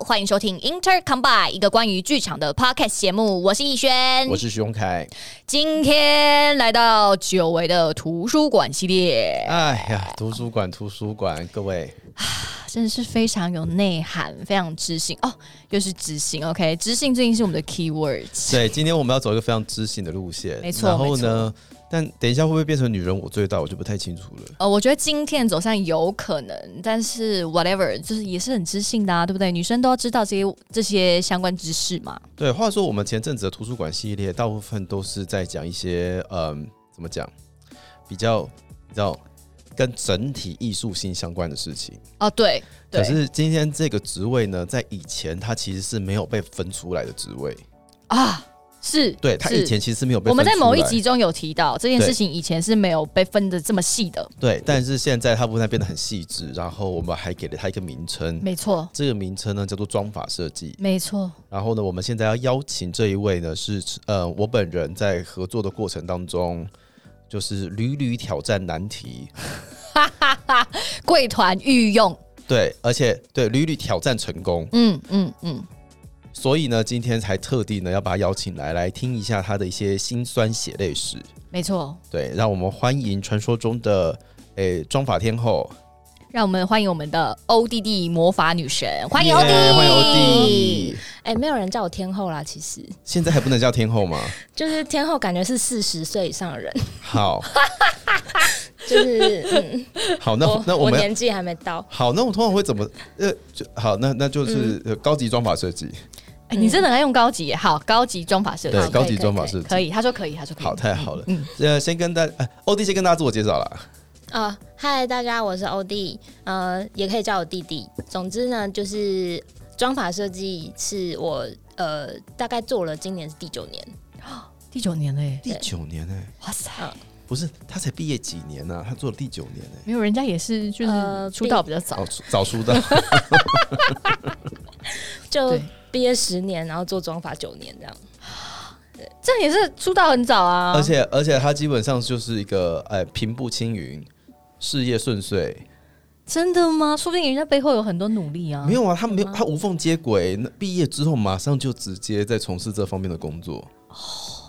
欢迎收听 Inter Combine 一个关于剧场的 podcast 节目，我是逸轩，我是徐荣凯。今天来到久违的图书馆系列，哎呀，图书馆，图书馆，各位，真的是非常有内涵，非常知性哦，又是知性，OK，知性最近是我们的 key words，对，今天我们要走一个非常知性的路线，没错然后呢，但等一下会不会变成女人我最大，我就不太清楚了。呃，我觉得今天的走向有可能，但是 whatever，就是也是很知性的啊，对不对？女生都要知道这些这些相关知识嘛，对，话说我们前阵子的图书馆系列，大部分都是在讲一些，嗯，怎么讲，比较，比较跟整体艺术性相关的事情。哦，对，对可是今天这个职位呢，在以前它其实是没有被分出来的职位，啊，是，对，它是以前其实没有被我们在分出某一来集中有提到这件对事情，以前是没有被分的这么细的。对，但是现在它不但变得很细致，然后我们还给了它一个名称，没错，这个名称呢叫做装法设计。没错，然后呢，我们现在要邀请这一位呢是呃，我本人在合作的过程当中，就是屡屡挑战难题，贵团御用，对，而且对屡屡挑战成功，嗯嗯嗯，所以呢，今天才特地呢要把他邀请来，来听一下他的一些辛酸血泪史。没错。对，让我们欢迎传说中的诶装法天后，让我们欢迎我们的欧弟弟魔法女神，欢迎欧弟耶欢迎欧。弟。哎、没有人叫我天后啦，其实现在还不能叫天后吗？就是天后，感觉是四十岁以上的人， 好，就是、嗯、好，那我那我我们年纪还没到，好，那我通常会怎么呃，就好，那那就是嗯呃高级装法设计，哎你真的很爱用高级耶，好，高级妆法设对，计，高可以级可以嗯装法设计可。以，他说可以，他说可以，好，太好了。呃，先跟大呃欧弟先跟大家自我介绍啦。啊，嗨，大家，我是欧弟，呃，也可以叫我弟弟。总之呢，就是妆法设计是我呃大概做了今年是第九年，第九年了耶，第九年哎、哇塞，嗯不是他才毕业几年呢、啊？他做了第九年哎、没有人家也是就呃是出道比较早早，出早出道， 就对毕业十年，然后做妆法九年这样。这也是出道很早啊，而且而且他基本上就是一个哎、平步青云，事业顺遂。真的吗？说不定人家背后有很多努力啊，没有啊，他没有他无缝接轨。那毕业之后马上就直接在从事这方面的工作，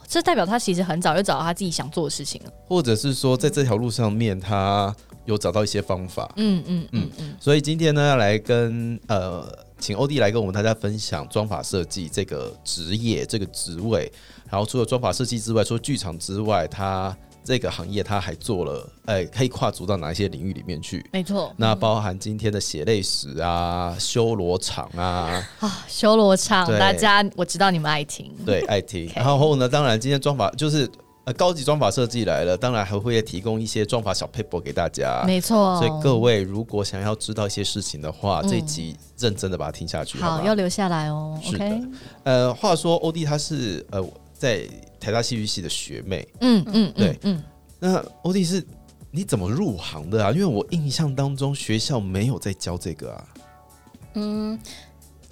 这代表他其实很早就找到他自己想做的事情了。或者是说在这条路上面他有找到一些方法。嗯嗯嗯嗯，所以今天呢，要来跟呃，请欧弟来跟我们大家分享妆法设计这个职业、这个职位。然后除了妆法设计之外，除了剧场之外，他这个行业他还做了，哎、可以跨足到哪一些领域里面去？没错那包含今天的血泪史啊、修罗场啊，啊，修罗场，对大家我知道你们爱听。对，爱听。然后呢，当然今天妆法就是呃高级妆法设计来了，当然还会提供一些妆法小 paper 给大家。没错，啊所以各位如果想要知道一些事情的话，这一集认真的把它听下去，好好吗要留下来哦。是的 OK，呃，话说欧弟他是呃在台大戏剧系的学妹，嗯嗯，对嗯嗯，那欧弟是你怎么入行的啊？因为我印象当中学校没有在教这个啊。嗯，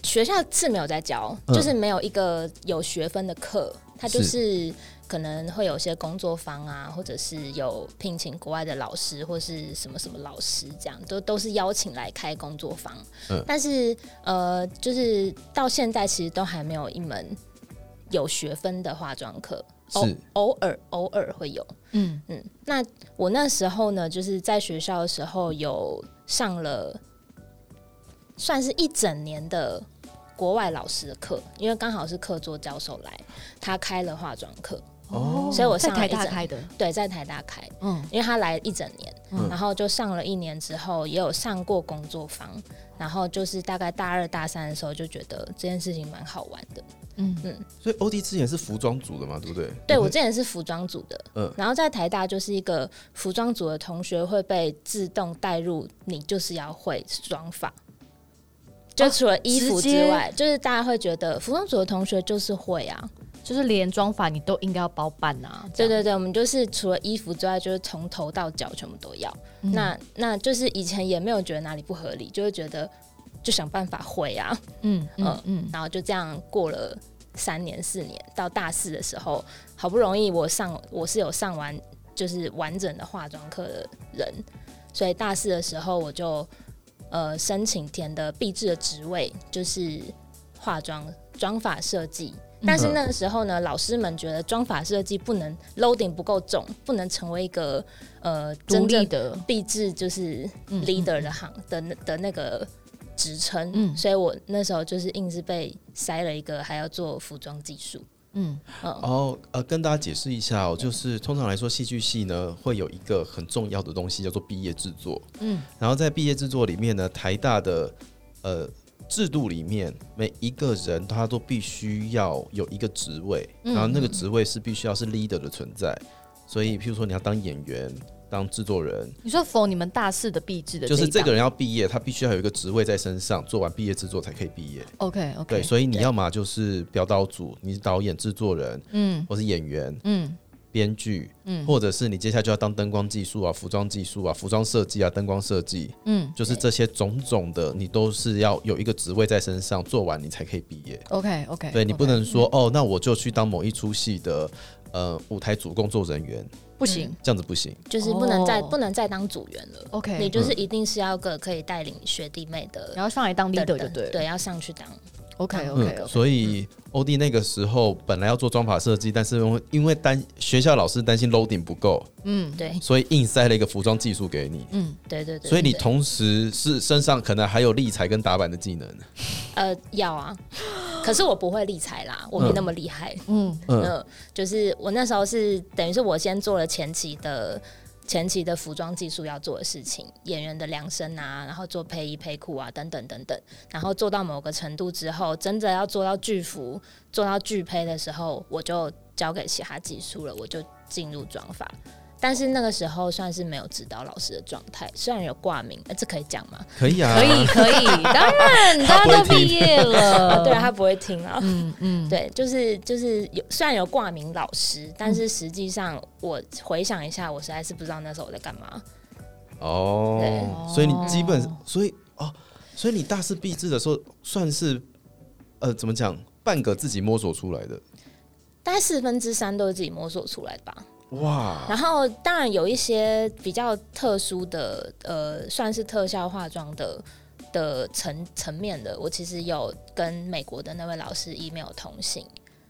学校是没有在教，嗯就是没有一个有学分的课，它就是可能会有一些工作坊啊，或者是有聘请国外的老师或是什么什么老师，这样都都是邀请来开工作坊。嗯但是呃，就是到现在其实都还没有一门有学分的化妆课，偶是偶尔偶尔会有。嗯，嗯，那我那时候呢，就是在学校的时候有上了，算是一整年的国外老师的课，因为刚好是课桌教授来，他开了化妆课，哦所以我在上了台一整大开的，对，在台大开，嗯，因为他来一整年，嗯然后就上了一年之后，也有上过工作坊，然后就是大概大二大三的时候就觉得这件事情蛮好玩的，所以欧弟之前是服装组的嘛，对不对？对嗯你我会之前是服装组的，嗯然后在台大就是一个服装组的同学会被自动带入，你就是要会妆法。就除了衣服哦直之接外，就是大家会觉得服装组的同学就是会啊，就是连妆法你都应该要包办啊。对这样，对对，我们就是除了衣服之外，就是从头到脚全部都要。嗯那那就是以前也没有觉得哪里不合理，就会觉得就想办法会啊，嗯嗯嗯嗯，然后就这样过了三年四年，到大四的时候，好不容易我上我是有上完就是完整的化妆课的人，所以大四的时候我就嗯、呃申请填的必制的职位就是化妆妆发设计。嗯但是那个时候呢，老师们觉得妆发设计不能 loading 不够重，不能成为一个呃独真立正的，必制就是嗯 leader 的行的那的那个职称，嗯所以我那时候就是硬是被塞了一个还要做服装技术，嗯，嗯，哦，呃，跟大家解释一下哦，就是通常来说，戏剧系呢会有一个很重要的东西叫做毕业制作。嗯，然后在毕业制作里面呢，台大的呃制度里面，每一个人他都必须要有一个职位，嗯然后那个职位是必须要是 leader 的存在。所以，譬如说你要当演员、当制作人，嗯你说否？你们大四的必制的就是这一个人要毕业，他必须要有一个职位在身上，做完毕业制作才可以毕业。 OK OK，对，所以你对要么就是表导组，你是导演、制作人，嗯或是演员、嗯编剧，嗯或者是你接下来就要当灯光技术啊、服装技术啊、服装设计啊、灯光设计，嗯就是这些种种的，你都是要有一个职位在身上，做完你才可以毕业。 ，OK OK，嗯对你不能说哦，那我就去当某一出戏的呃舞台组工作人员，不行这样子不行。就是不能再、哦不能再当组员了。 ，OK，你嗯就是一定是要个可以带领学弟妹的然后上来当 leader 等就等，对了要上去当， ，OK 嗯 OK，所以嗯欧弟那个时候本来要做妆发设计，但是因为因为担学校老师担心 loading 不够，嗯对所以硬塞了一个服装技术给你。嗯，对对对。所以你对同时是身上可能还有立裁跟打板的技能，呃要啊，可是我不会理财啦，我没那么厉害。嗯嗯，嗯，就是我那时候是等于是我先做了前期的前期的服装技术要做的事情，演员的量身啊，然后做配衣配裤啊等等等等，然后做到某个程度之后，真的要做到巨服、做到巨配的时候，我就交给其他技术了，我就进入妆发。但是那个时候算是没有指导老师的状态，虽然有挂名，呃，这可以讲吗？可以啊，可以可以，当然 大他不会家都毕业啊， 了，对啊，他不会听啊。嗯嗯， 对，就是就是有虽然有挂名老师，但是实际上我回想一下，我实在是不知道那时候我在干嘛。哦，对所以你基本哦，所以哦，所以你大四毕制的时候，算是呃，怎么讲，半个自己摸索出来的。大概四分之三都是自己摸索出来的吧。哇，然后当然有一些比较特殊的，呃，算是特效化妆的的层层面的，我其实有跟美国的那位老师 email 通信。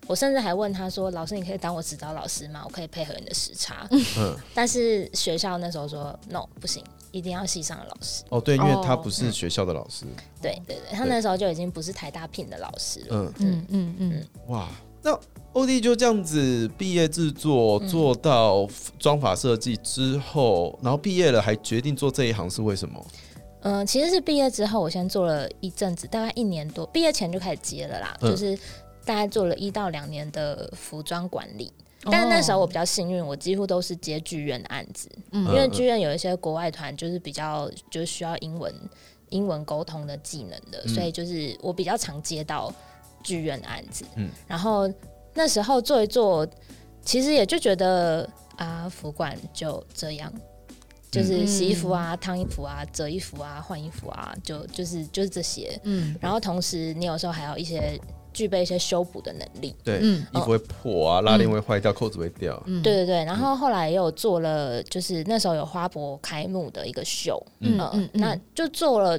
我甚至还问他说：“老师，你可以当我指导老师吗？我可以配合你的时差。”嗯，但是学校那时候说 “no，不行，一定要系上的老师。”哦，对，因为哦他不是学校的老师，对对对，他对那时候就已经不是台大聘的老师了。嗯，嗯嗯嗯，哇，那欧弟就这样子毕业制作做到妆法设计之后，然后毕业了还决定做这一行是为什么？嗯、其实是毕业之后，我先做了一阵子，大概一年多，毕业前就开始接了啦，嗯就是大概做了一到两年的服装管理。哦但是那时候我比较幸运，我几乎都是接剧院的案子，嗯因为剧院有一些国外团就是比较就是需要英文英文沟通的技能的，嗯所以就是我比较常接到剧院的案子。嗯然后那时候做一做，其实也就觉得啊，服管就这样。嗯就是洗衣服啊、烫衣服啊、折衣服啊、换衣服啊，就就是就是这些。嗯然后同时，你有时候还要一些具备一些修补的能力。对，嗯衣服会破啊，拉链会坏掉，扣子会掉。嗯，对对对，然后后来也有做了，就是那时候有花博开幕的一个秀，嗯嗯，嗯那嗯就做了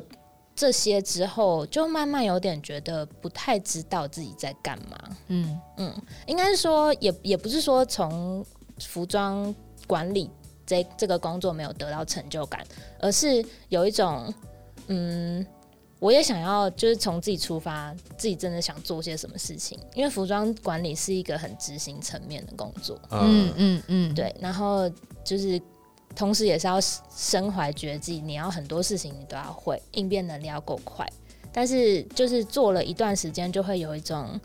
这些之后，就慢慢有点觉得不太知道自己在干嘛。嗯应该是说也也不是说从服装管理这这个工作没有得到成就感，而是有一种嗯，我也想要就是从自己出发，自己真的想做些什么事情，因为服装管理是一个很执行层面的工作，啊呃嗯嗯嗯，对，然后就是。同时也是要身怀绝技，你要很多事情你都要会，应变能力要够快。但是就是做了一段时间，就会有一种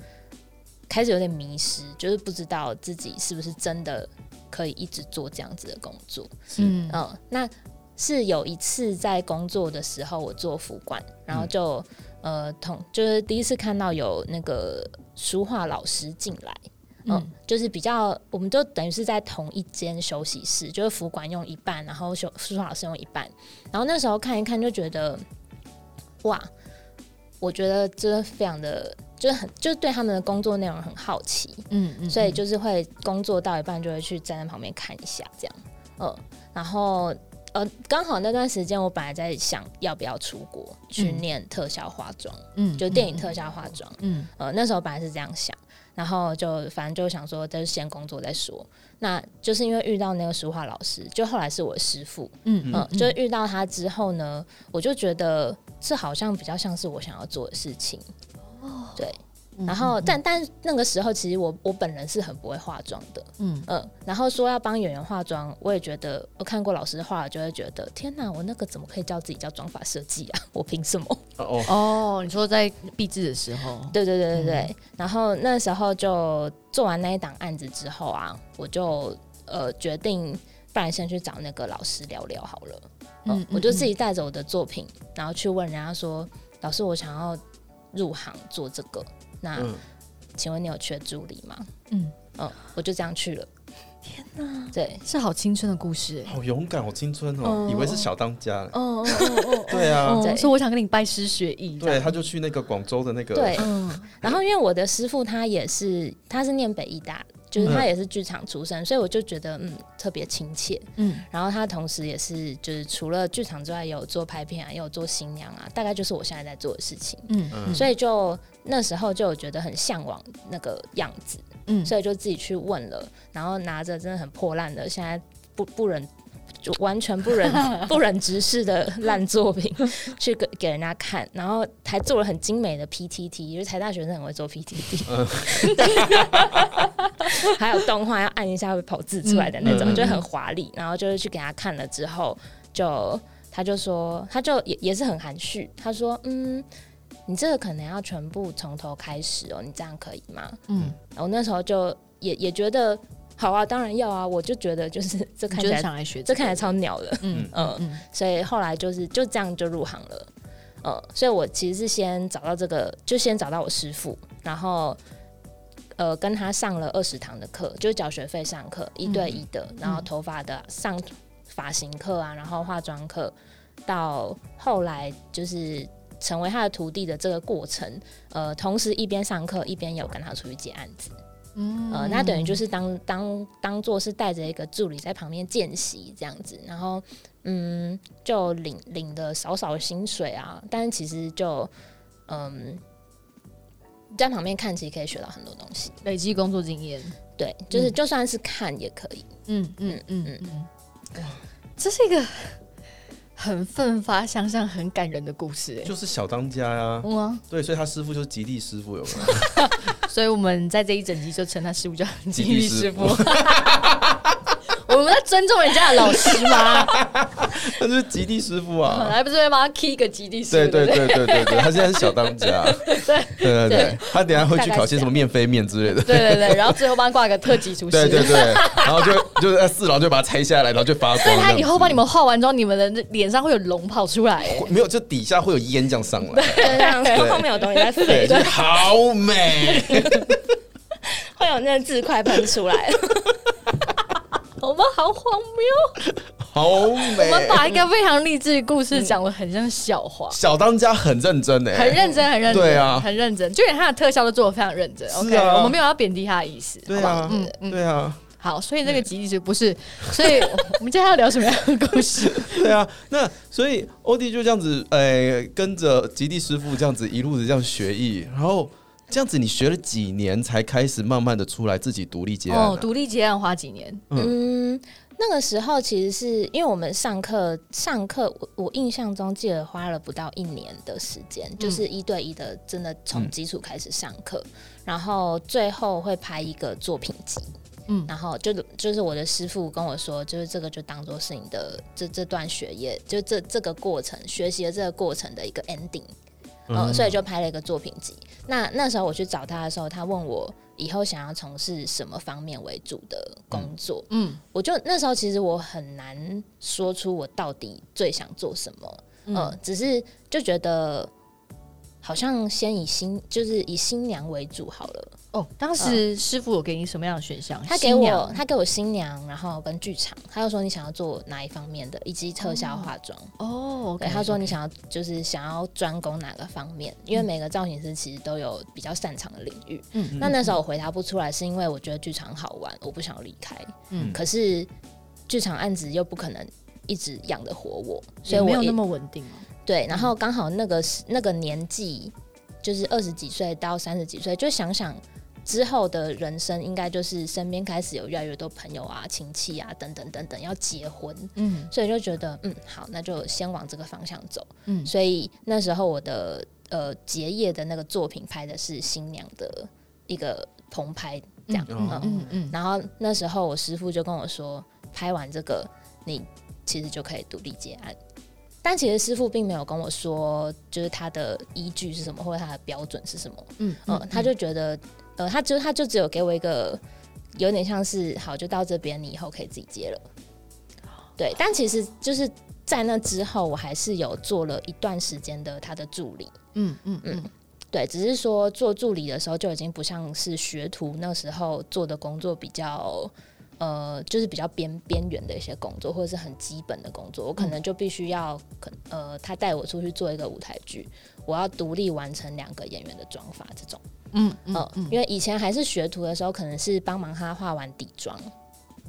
开始有点迷失，就是不知道自己是不是真的可以一直做这样子的工作。嗯嗯，那是有一次在工作的时候，我做服管，然后就、呃同就是第一次看到有那个书画老师进来。嗯，嗯就是比较，我们就等于是在同一间休息室，就是服管用一半，然后修书画老师用一半。然后那时候看一看就觉得，哇，我觉得真的非常的，就是很，就是对他们的工作内容很好奇。嗯嗯，所以呃就是会工作到一半就会去站在旁边看一下这样，嗯，然后呃，刚好那段时间我本来在想要不要出国去念特效化妆，嗯就电影特效化妆。嗯呃，那时候本来是这样想，然后就反正就想说，就是先工作再说。那就是因为遇到那个书画老师，就后来是我师傅，嗯嗯，就是遇到他之后呢，我就觉得这好像比较像是我想要做的事情。对，嗯然后但但那个时候其实我我本人是很不会化妆的，嗯嗯，然后说要帮演员化妆，我也觉得我看过老师画，就会觉得天哪，我那个怎么可以叫自己叫妆法设计啊？ 我凭什么？哦，哦，你说在闭制的时候，对对对对对。然后那时候就做完那一档案子之后啊，我就呃决定，不然先去找那个老师聊聊好了。嗯，嗯我就自己带着我的作品，然后去问人家说：“老师，我想要入行做这个，那、嗯请问你有缺助理吗嗯，？”嗯，我就这样去了。天哪！对，是好青春的故事哎。好勇敢，好青春哦，以为是小当家。哦 哦哦，对啊，哦对所以我想跟你拜师学艺。这对，样他就去那个广州的那个，对嗯然后因为我的师傅他也是，他是念北艺大，就是他嗯也是剧场出身，所以我就觉得嗯特别亲切。嗯然后他同时也是就是除了剧场之外，也有做拍片啊，也有做新娘啊，大概就是我现在在做的事情。嗯嗯所以就那时候就有觉得很向往那个样子，嗯，所以就自己去问了，然后拿着真的很破烂的，现在不不忍。就完全不 忍不忍直视的烂作品，去给给人家看，然后还做了很精美的 PTT，因为台大学生很会 做 PTT，、对，还有动画要按一下会跑字出来的那种，嗯嗯嗯就很华丽。然后就是去给他看了之后，就他就说，他就也也是很含蓄，他说，嗯，你这个可能要全部从头开始哦，你这样可以吗？嗯，我那时候就也也觉得好啊，当然要啊，我就觉得就是 这你看就起是来想来学这个看起来超鸟的，嗯嗯，嗯 所以后来就是就这样就入行了，嗯，所以我其实是先找到这个，就先找到我师傅，然后呃跟他上了二十堂的课，就是缴学费上课，一对一的，然后头发的上发型课啊，然后化妆课，到后来就是。成为他的徒弟的这个过程，呃，同时一边上课一边有跟他出去接案子，嗯呃，那等于就是当当当做是带着一个助理在旁边见习这样子，然后嗯，就领领的少少的薪水啊，但是其实就嗯，在旁边看其实可以学到很多东西，累积工作经验。对，就是嗯就算是看也可以，嗯嗯嗯嗯，这是一个很奋发向上、很感人的故事哎。 就是小当家呀。嗯啊，对，所以他师傅就是吉利师傅，有没有？ 所以我们在这一整集就称他师傅叫吉金利玉师师傅傅。 我们在尊重人家的老师 吗？他就是吉利师傅本啊。来不是会帮他 key 一个吉利师傅？不对对对对对对，他现在是小当家。啊对对对对，他等一下会去考些什么面飞面之类的。对对对，然后最后帮他挂个特级厨师。对对对，然后就就是在四楼就把它拆下来，然后就发光这所以样子。他以后帮你们画完妆，你们的脸上会有龙跑出来哎。会没有，就底下会有烟这样上来，对， 然后后面有东西在对，飞，就是好美。会有那个字快喷出来，我们好荒谬！好美我。们把一个非常励志的故事讲的很像笑话，小当家很认真哎、很认真，很认真，对啊很认真，就连他的特效都做的非常认真。是啊 OK，我们没有要贬低他的意思，对好不好啊，嗯嗯，对啊， 好，所以那个吉利是不是？所以我们接下来要聊什么样的故 事？对啊。那所以欧弟就这样子，呃，跟着吉地师傅这样子一路的这样学艺，然后这样子你学了几年才开始慢慢的出来自己独立接案、哦啊，？独立结案花几年？嗯，那个时候其实是因为我们上课上课，我我印象中记得花了不到一年的时间，就是一对一的，真的从基础开始上课，然后最后会拍一个作品集。嗯嗯，然后就就是我的师傅跟我说，就是这个就当做是你的这这段学业，就这这个过程学习的这个过程的一个 ending，嗯、所以就拍了一个作品集。那那时候我去找他的时候，他问我以后想要从事什么方面为主的工作，嗯我就那时候其实我很难说出我到底最想做什么，嗯、嗯只是就觉得好像先以新就是以新娘为主好了。哦，当时师傅有给你什么样的选项？他给哦新娘我他给我新娘，然后跟剧场，他又说你想要做哪一方面的，以及特效化妆。哦，OK，对，他说你想要就是想要专攻哪个方面，因为嗯每个造型师其实都有比较擅长的领域。嗯那那时候我回答不出来，是因为我觉得剧场好玩，我不想离开。嗯可是剧场案子又不可能一直养得活我，也所以我没有一那么稳定哦。对，然后刚好那个时那个年纪，就是二十几岁到三十几岁，就想想之后的人生，应该就是身边开始有越来越多朋友啊、亲戚啊等等等等要结婚，嗯所以就觉得嗯，好，那就先往这个方向走。嗯，所以那时候我的呃结业的那个作品拍的是新娘的一个棚拍，这样，嗯嗯嗯嗯，然后那时候我师傅就跟我说，拍完这个你其实就可以独立结案。但其实师傅并没有跟我说，就是他的依据是什么，或者他的标准是什么。嗯嗯，他就觉得，呃，他就他就只有给我一个，有点像是好，就到这边，你以后可以自己接了。对，但其实就是在那之后，我还是有做了一段时间的他的助理。嗯嗯嗯嗯，对，只是说做助理的时候就已经不像是学徒那时候做的工作比较，呃，就是比较边边缘的一些工作，或者是很基本的工作。我可能就必须要，可呃，他带我出去做一个舞台剧，我要独立完成两个演员的妆发这种。嗯嗯、嗯嗯，因为以前还是学徒的时候，可能是帮忙他画完底妆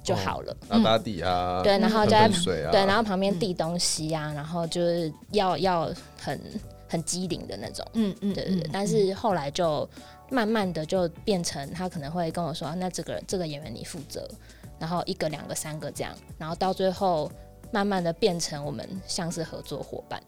就好了。打打底啊，对，然后喷就在喷水啊，对，然后旁边哦嗯递东西啊，然后就是要要很很机灵的那种。嗯嗯，对对对，但是后来就慢慢的就变成他可能会跟我说，啊那这个这个演员你负责，然后一个两个三个这样，然后到最后慢慢的变成我们像是合作伙伴，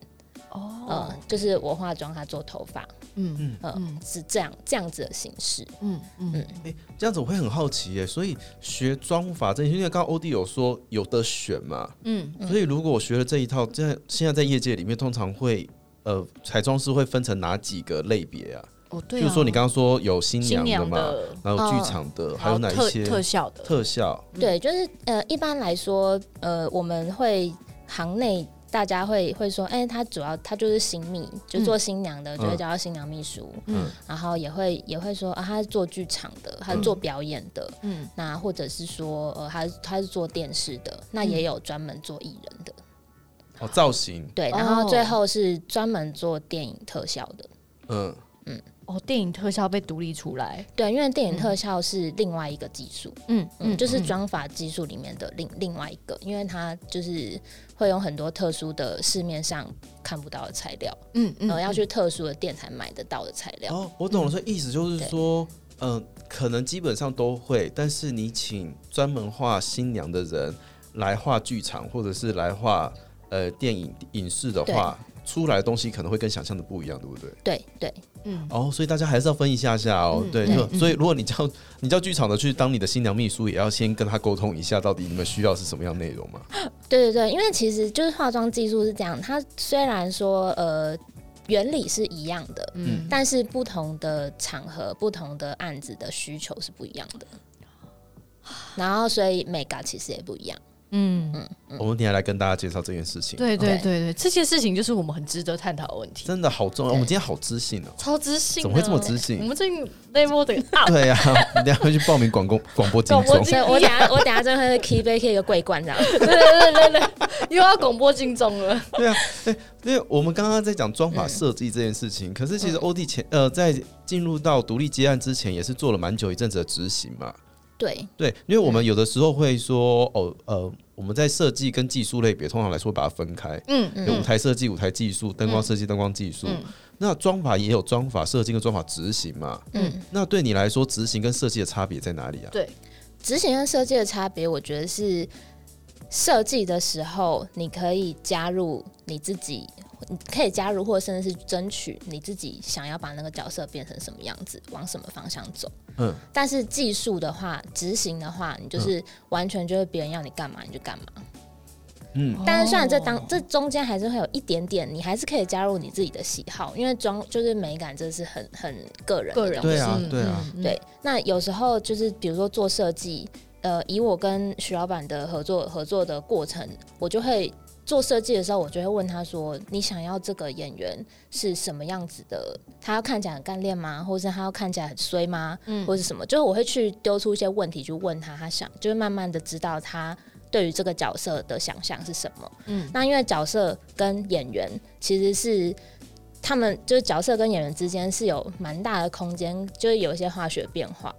哦嗯，，就是我化妆，他做头发，嗯嗯，是这样这样子的形式，嗯嗯哎这样子我会很好奇耶。所以学妆法这，因为刚刚欧弟有说有的选嘛，嗯所以如果我学了这一套，在现在在业界里面，通常会呃，彩妆师会分成哪几个类别啊？哦，对，就是说你刚刚说有新新娘娘嘛，的，然后哦剧场的，还然后有哪一嗯特些特效的？特效？对，就是呃，一般来说，呃，我们会行内。大家会会说，哎、他主要他就是新秘，就做新娘的，就会叫他新娘秘书。嗯然后也会也会说啊，他是做剧场的，他是做表演的，嗯那或者是说呃，他是他是做电视的，那也有专门做艺人的，哦，造型，对，哦然后最后是专门做电影特效的，嗯，哦，电影特效被独立出来，对，因为电影特效是另外一个技术，嗯嗯，就是妆法技术里面的另另外一个，因为它就是会有很多特殊的市面上看不到的材料，嗯嗯呃，要去特殊的店才买得到的材料，哦，我懂了，所以意思就是对说，嗯、可能基本上都会，但是你请专门画新娘的人来画剧场，或者是来画呃电影影视的话，出来的东西可能会跟想象的不一样，对不对？对对，嗯哦，所以大家还是要分一下下哦，嗯对，对就所以如果你叫 你叫剧场的去当你的新娘秘书，也要先跟他沟通一下，到底你们需要是什么样内容嘛？对对对，因为其实就是化妆技术是这样，它虽然说呃原理是一样的，嗯，但是不同的场合、不同的案子的需求是不一样的。 然后，所以 mega 其实也不一样。嗯，我们等一下来跟大家介绍这件事情，对对对对对，这些事情就是我们很值得探讨的问题，真的好重要。对我们今天好知性哦、超知性，怎么会这么知性 我们最近 level 的 up，对呀、你等一下会去报 名广工广播金广播钟金。所以我等下我等下真的会 key 杯 key 一个桂冠这 样。对对对对对，又要广播金钟 了，对啊，对，因为我们刚刚在讲妆法设计这件事情，可是嗯其实欧弟前呃在进入到独立接案之前，也是做了蛮久一阵子的执行嘛。对对，因为我们有的时候会说，哦，呃，我们在设计跟技术类别，通常来说把它分开，嗯有舞台设计、舞台技术、灯光设计、灯光技术。嗯那妆法也有妆法设计跟妆法执行嘛？嗯，那对你来说，执行跟设计的差别在哪里啊？对，执行跟设计的差别，我觉得是设计的时候，你可以加入你自己，你可以加入或甚至是争取你自己想要把那个角色变成什么样子，往什么方向走。嗯，但是技术的话，执行的话，你就是嗯完全就是别人要你干嘛你就干嘛。嗯，但是虽然这哦当这中间还是会有一点点，你还是可以加入你自己的喜好，因为妆就是美感，这是很很个人的个人东西对啊嗯对啊，嗯嗯对，那有时候就是比如说做设计，呃，以我跟徐老板的合作合作的过程，我就会做设计的时候，我就会问他说：“你想要这个演员是什么样子的？他要看起来很干练吗？或是他要看起来很衰吗？嗯或是什么？”就是我会去丢出一些问题去问他，他想就是慢慢的知道他。对于这个角色的想象是什么？嗯那因为角色跟演员其实是他们就是角色跟演员之间是有蛮大的空间，就是有一些化学变化，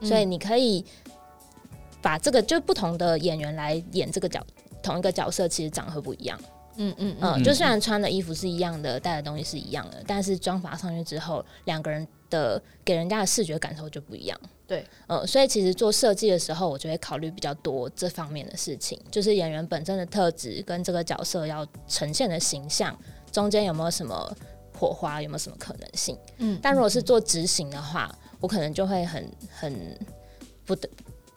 嗯所以你可以把这个就是不同的演员来演这个角同一个角色其实长得会不一样。嗯嗯嗯，嗯，就虽然穿的衣服是一样的，带的东西是一样的，但是妆法上去之后，两个人的给人家的视觉感受就不一样。对，嗯，所以其实做设计的时候，我就会考虑比较多这方面的事情，就是演员本身的特质跟这个角色要呈现的形象中间有没有什么火花，有没有什么可能性。嗯，但如果是做执行的话，我可能就会很很不得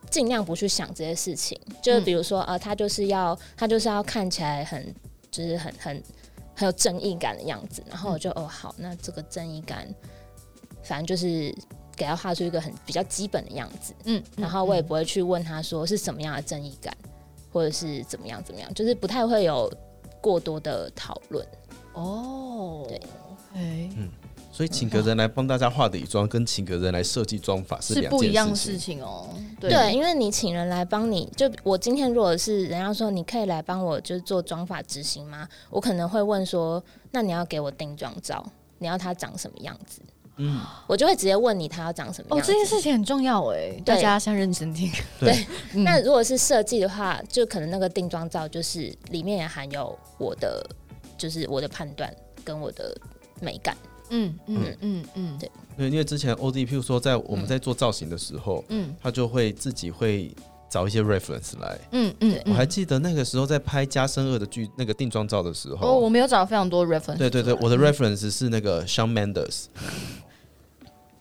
尽量不去想这些事情。嗯就是比如说，啊，他就是要他就是要看起来很就是很很很有正义感的样子，然后嗯我就、哦好，那这个正义感，反正就是给他画出一个很比较基本的样子，嗯，然后我也不会去问他说是什么样的正义感，或者是怎么样怎么样，就是不太会有过多的讨论。哦，对哎，嗯所以请个人来帮大家画底妆，跟请个人来设计妆法是是两不一样件的事事情。情哦，对，因为你请人来帮你，就我今天如果是人家说你可以来帮我，就是做妆发执行吗？我可能会问说，那你要给我定妆照，你要他长什么样子？嗯，我就会直接问你他要长什么哦，样子。这件事情很重要哎，大家先认真听。嗯那如果是设计的话，就可能那个定妆照就是里面也含有我的，就是我的判断跟我的美感。嗯嗯嗯嗯，对对，因为之前 O D，譬如说在我们在做造型的时候，嗯他就会自己会找一些 reference 来。嗯嗯，我还记得那个时候在拍《加深二》的剧那个定妆照的时候，哦，我嗯们有找到非常多 reference。对对对，我的 reference 是那个 Shawn Mendes，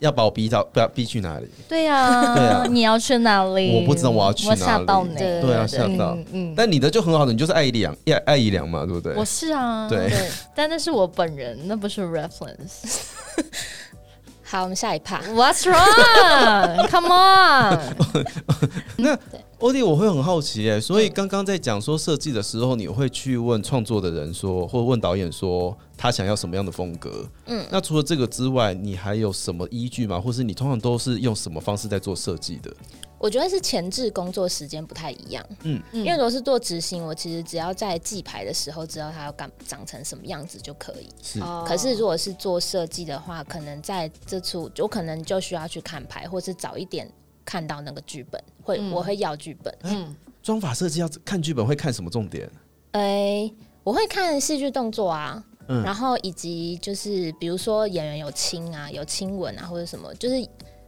要把我逼到不要逼去哪里？对呀，对啊你要去哪里？我不知道我要去哪里吓到你，对对啊，对吓到。嗯，但你的就很好的，你就是爱一良，爱爱一良嘛，对不对？我是啊，对，对，但那是我本人，那不是 reference。 好，我们下一趴。 What's wrong? Come on！欧弟，我会很好奇耶，所以刚刚在讲说设计的时候，你会去问创作的人说，或问导演说他想要什么样的风格？嗯，那除了这个之外，你还有什么依据吗？或是你通常都是用什么方式在做设计的？我觉得是前置工作时间不太一样，嗯嗯，因为如果是做执行，我其实只要在记牌的时候知道它要干长成什么样子就可以。是哦可是如果是做设计的话，可能在这处我可能就需要去看牌，或是早一点看到那个剧本，会、我会要剧本。嗯妆法设计要看剧本会看什么重点？哎、我会看戏剧动作啊，嗯然后以及就是比如说演员有亲啊、有亲吻啊或者什么，就是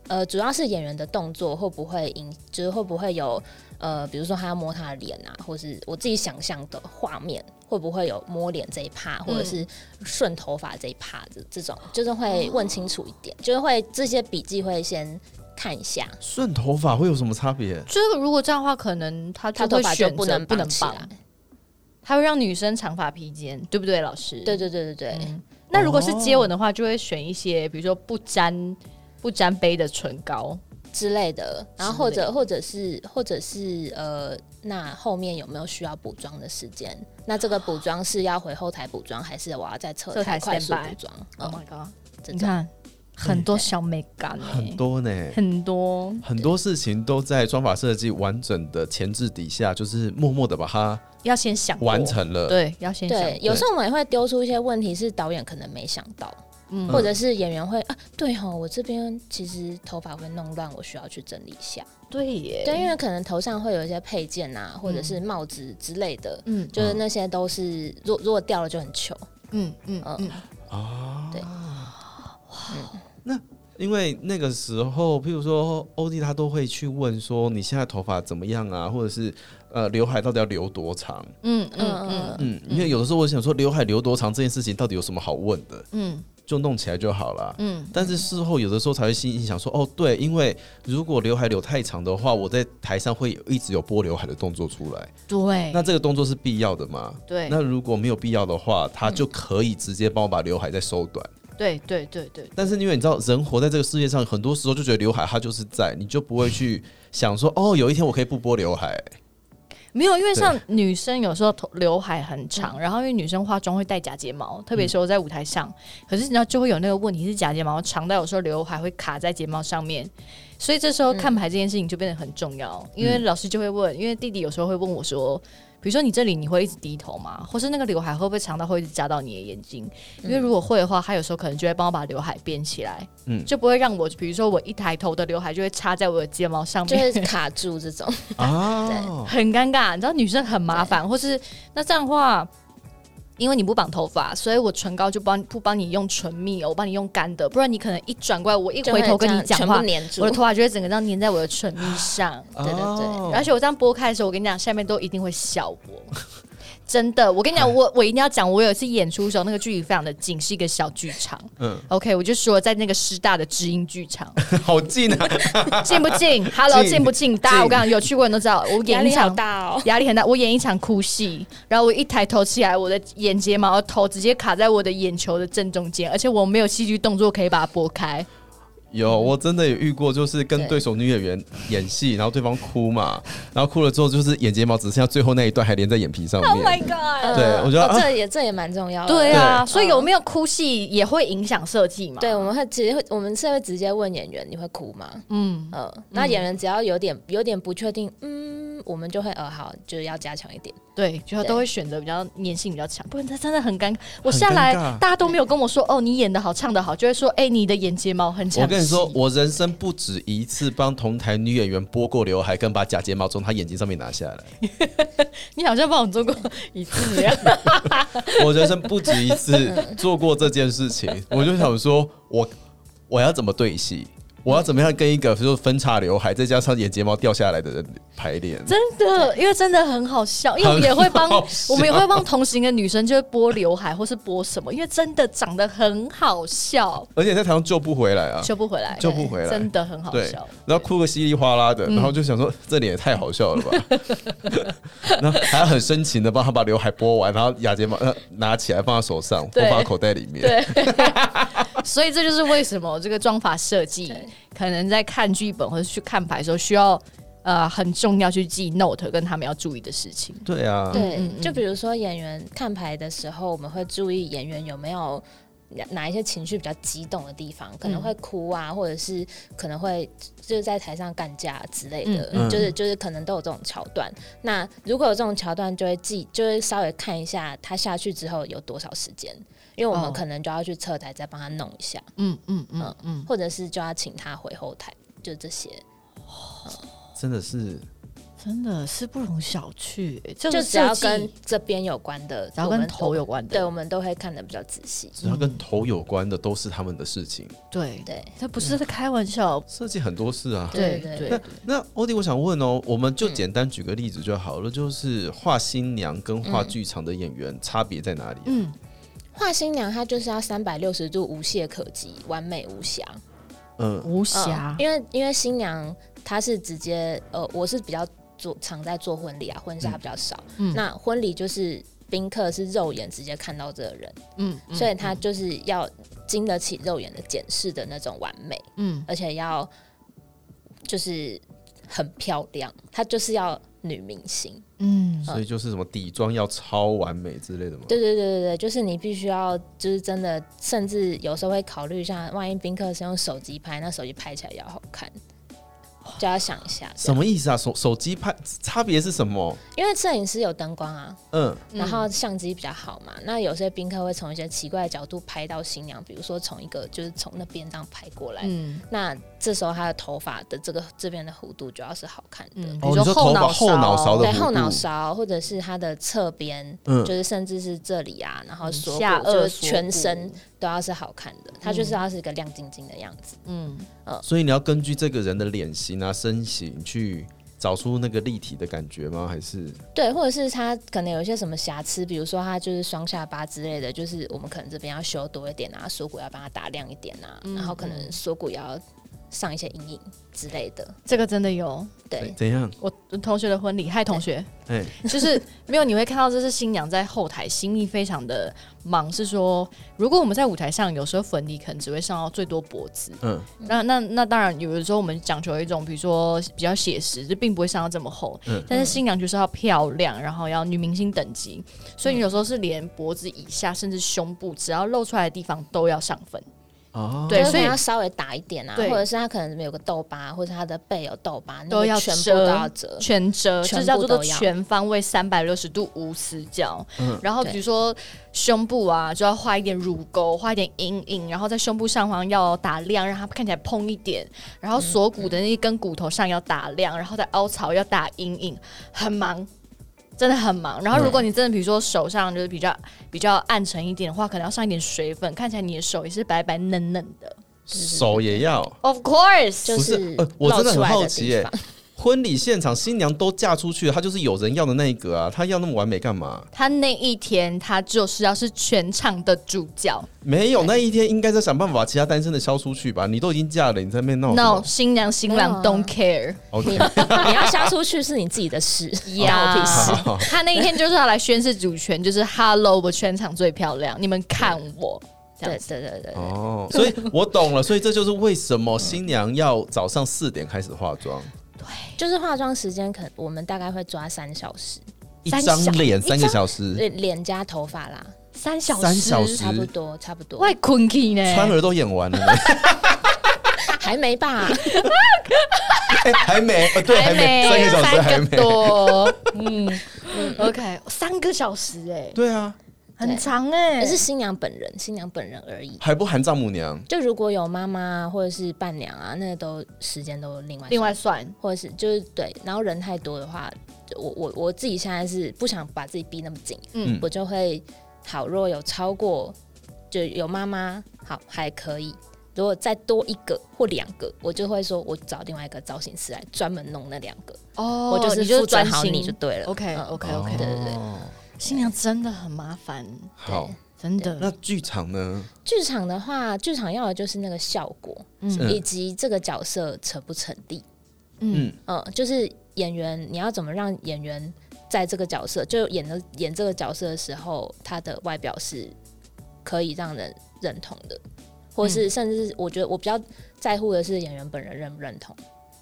呃，主要是演员的动作会不会影，就是会不会有呃，比如说他要摸他的脸啊，或是我自己想象的画面会不会有摸脸这一趴，嗯或者是顺头发这一趴这这种，就是会问清楚一点，就是会这些笔记会先看一下，顺头发会有什么差别？就是如果这样的话，可能他他就头会发就选不择能不能起来绑，。他会让女生长发披肩，对不对，老师？嗯对对对对对，那如果是接吻的话，就会选一些，比如说不沾不沾杯的唇膏。之类的，然后之类或者或者是或者是呃，那后面有没有需要补妆的时间？那这个补妆是要回后台补妆，还是我要在侧侧台快速 standby 补妆？ Oh 嗯， my god！这你种看很多小美感欸，很多呢，很多。很多事情都在妆法设计完整的前置底下，就是默默的把它要先想过完，成了。对，要先想对，有时候我们也会丢出一些问题，是导演可能没想到，嗯或者是演员会啊，对哈，我这边其实头发会弄乱，我需要去整理一下。对耶，对，因为可能头上会有一些配件啊，或者是帽子之类的，嗯就是那些都是，如如果掉了就很糗。嗯嗯嗯嗯，哦因为那个时候，譬如说欧弟他都会去问说你现在头发怎么样啊，或者是呃刘海到底要留多长？嗯嗯嗯嗯嗯，嗯，因为有的时候我想说刘海留多长这件事情到底有什么好问的，嗯就弄起来就好了。嗯，但是事后有的时候才会心里想说，哦，对，因为如果刘海留太长的话，我在台上会有一直有拨刘海的动作出来，对，那这个动作是必要的吗？对那如果没有必要的话，他就可以直接帮我把刘海再收短。对对对对，但是因为你知道，人活在这个世界上，很多时候就觉得刘海它就是在，你就不会去想说，哦，有一天我可以不拨刘海。没有，因为像女生有时候头刘海很长，然后因为女生化妆会戴假睫毛，特别是我在舞台上，可是你知道就会有那个问题是假睫毛长到有时候刘海会卡在睫毛上面，所以这时候看牌这件事情就变得很重要，因为老师就会问，因为弟弟有时候会问我说。比如说你这里你会一直低头吗？或是那个刘海会不会长到会一直夹到你的眼睛？因为如果会的话，他有时候可能就会帮我把刘海编起来，嗯就不会让我，比如说我一抬头的刘海就会插在我的睫毛上就面，会卡住这种。啊，很尴尬。你知道女生很麻烦，或是那这样的话。因为你不绑头发，所以我唇膏就帮不帮你用唇蜜哦，我帮你用干的，不然你可能一转过来，我一就回头会这跟你样讲全话部，粘住我的。头发就会整个这样粘在我的唇蜜上。对对对哦而且我这样拨开的时候，我跟你讲，下面都一定会笑我。真的，我跟你讲，我我一定要讲，我有一次演出的时候，那个距离非常的近，是一个小剧场。嗯 OK，我就说在那个师大的知音剧场，好近啊，近不近？Hello，近近不近？大家我跟你讲，有去过人都知道，我演压一力好场大哦， 压力很大，我演一场哭戏，然后我一抬头起来，我的眼睫毛头直接卡在我的眼球的正中间，而且我没有戏剧动作可以把它拨开。有，我真的也遇过，就是跟对对手女演员演戏，然后对方哭嘛，然后哭了之后，就是眼睫毛只剩下最后那一段还连在眼皮上面。 god！呃对我觉得哦啊这也这也蛮重要的。对啊，对所以有没有哭戏也会影响设计嘛？对，我们会直接会，我们是会直接问演员你会哭吗？嗯，嗯，那演员只要有点有点不确定，嗯，我们就会呃好，就是要加强一点。对，就对都会选择比较粘性比较强，不然他真的很尴尬。我很下来尴尬大家都没有跟我说哦，你演的好，唱的好，就会说哎、你的眼睫毛很强。我跟你说，，我人生不止一次帮同台女演员拨过刘海，跟把假睫毛从她眼睛上面拿下来。 你好像帮我做过一次一样。我人生不止一次做过这件事情，我就想说，我我要怎么对戏？我要怎么样跟一个就是分叉刘海，再加上眼睫毛掉下来的人排练？真的，因为真的很好笑，因为我们也会帮很好笑我们也会帮同行的女生，就会拨刘海或是拨什么，因为真的长得很好笑，而且在台上救不回来啊，救不回来，救不回来真的很好对笑。，嗯然后哭个稀里哗啦的，然后就想说这脸也太好笑了 吧，然后还要很深情的帮他把刘海拨完，然后雅睫毛呃拿起来放在手上，对放到口袋里面。对，所以这就是为什么这个妆法设计对可能在看剧本或者去看牌的时候需要呃很重要去记 note 跟他们要注意的事情。对啊，对，嗯嗯就比如说演员看牌的时候，我们会注意演员有没有哪哪一些情绪比较激动的地方，可能会哭啊，或者是可能会就是在台上干架之类的，嗯嗯就是就是可能都有这种桥段。那如果有这种桥段，就会记，就会稍微看一下他下去之后有多少时间，因为我哦们可能就要去侧台再帮他弄一下，嗯嗯嗯嗯，或者是就要请他回后台，就这些，真的是真的是不容小觑、欸这就个只设要计跟这边有关的，只要我跟们都头有关对，我的，们都会看的比较仔细。只要跟头有关的都是他们的事情，对，对，这不是在开玩笑。设计很多事啊。对对对对对，那欧弟，我想问哦，我们就简单举个例子就好了，就是画新娘跟画剧场的演员差别在哪里？啊嗯，画新娘她就是要三百六十度无懈可击，完美无瑕。嗯，无嗯瑕，因为因为新娘她是直接呃，我是比较做常在做婚礼啊，婚纱比较少。嗯那婚礼就是宾客是肉眼直接看到这个人，嗯，嗯所以她就是要经得起肉眼的检视的那种完美，嗯而且要就是很漂亮，她就是要女明星。嗯所以就是什么底妆要超完美之类的吗？对对对对对，就是你必须要，就是真的，甚至有时候会考虑一下，万一宾客是用手机拍，那手机拍起来也要好看，就要想一下。什？么意思啊？手手机拍差别是什么？因为摄影师有灯光啊，嗯，然后相机比较好嘛。那有些宾客会从一些奇怪的角度拍到新娘，比如说从一个就是从那边这样拍过来，嗯那这时候她的头发的这个这边的弧度就要是好看的。嗯，哦你说头发后脑勺的对弧后脑度勺，或者是她的侧边，嗯就是甚至是这里啊，然后锁嗯下骨颚就是锁全骨身都要是好看的，它就是要是一个亮晶晶的样子。嗯，所以你要根据这个人的脸型啊、身形去找出那个立体的感觉吗？还是对，或者是它可能有一些什么瑕疵，比如说它就是双下巴之类的，就是我们可能这边要修多一点啊，锁骨要帮它打亮一点啊，嗯然后可能锁骨也要上一些阴影之类的。这个真的有，对，怎样？我我同学的婚礼，嗨，同学，哎、就是没有，你会看到这是新娘在后台心力非常的忙，是说如果我们在舞台上，有时候粉底可能只会上到最多脖子，嗯，那那那当然有的时候我们讲求一种比如说比较写实，就并不会上到这么厚，嗯但是新娘就是要漂亮，然后要女明星等级，所以你有时候是连脖子以下甚至胸部只要露出来的地方都要上粉。哦，对就是可能所以要稍微打一点啊，对或者是他可能有个痘疤，或者他的背有痘疤，那都个要全部遮都要折。全遮，全这部叫做都要全方位三百六十度无死角。嗯然后对比如说胸部啊，就要画一点乳沟，画一点阴影，然后在胸部上方要打亮，让它看起来嘭一点。然后锁骨的那一根骨头上要打亮，然后在凹槽要打阴影，很忙。真的很忙，然后如果你真的比如说手上就是比较比较暗沉一点的话，可能要上一点水粉，看起来你的手也是白白嫩嫩的。手也要。 Of course，就不是呃我露真的出很来好的奇地耶方， 婚礼现场新娘都嫁出去了，她就是有人要的那一个啊，她要那么完美干嘛？他那一天他就是要是全场的主角，没有那一天应该在想办法把其他单身的消出去吧？你都已经嫁了，你在那边闹什 No，么新娘新郎没有啊 don't care ？OK，你 要杀出去是你自己的事，呀关我屁事。哦好 他那一天就是要来宣誓主权，就是 Hello，我全场最漂亮，你们看我。这对样对对对，对哦，所以我懂了，所以这就是为什么新娘要早上四点开始化妆，就是化妆时间，可能我们大概会抓三小时，一三张小脸一三个小时，对，脸加头发啦，三小时，三小时差不多差不多，外困 key 呢？川儿都演完了呢，还没吧？哎还没，呃对，还没三个小时还三个没，多，嗯，OK，三个小时哎，对啊，很长哎，那是新娘本人，新娘本人而已。还不含丈母娘，就如果有妈妈或者是伴娘啊，那都时间都另外另外算或者是就是对，然后人太多的话，就我我我自己现在是不想把自己逼那么紧，嗯嗯，我就会好，若有超过就有妈妈好还可以，如果再多一个或两个，我就会说我找另外一个造型师来专门弄那两个，哦我就是你就是负责专好你就心。对了。 OK 嗯 OK OK，对对对哦新娘真的很麻烦，好，真那的。剧场呢？剧场的话，剧场要的就是那个效果，嗯以及这个角色成不成立。嗯嗯嗯，就是演员，你要怎么让演员在这个角色，就演的演这个角色的时候，他的外表是可以让人认同的，或嗯是甚至是我觉得我比较在乎的是演员本人认不认同。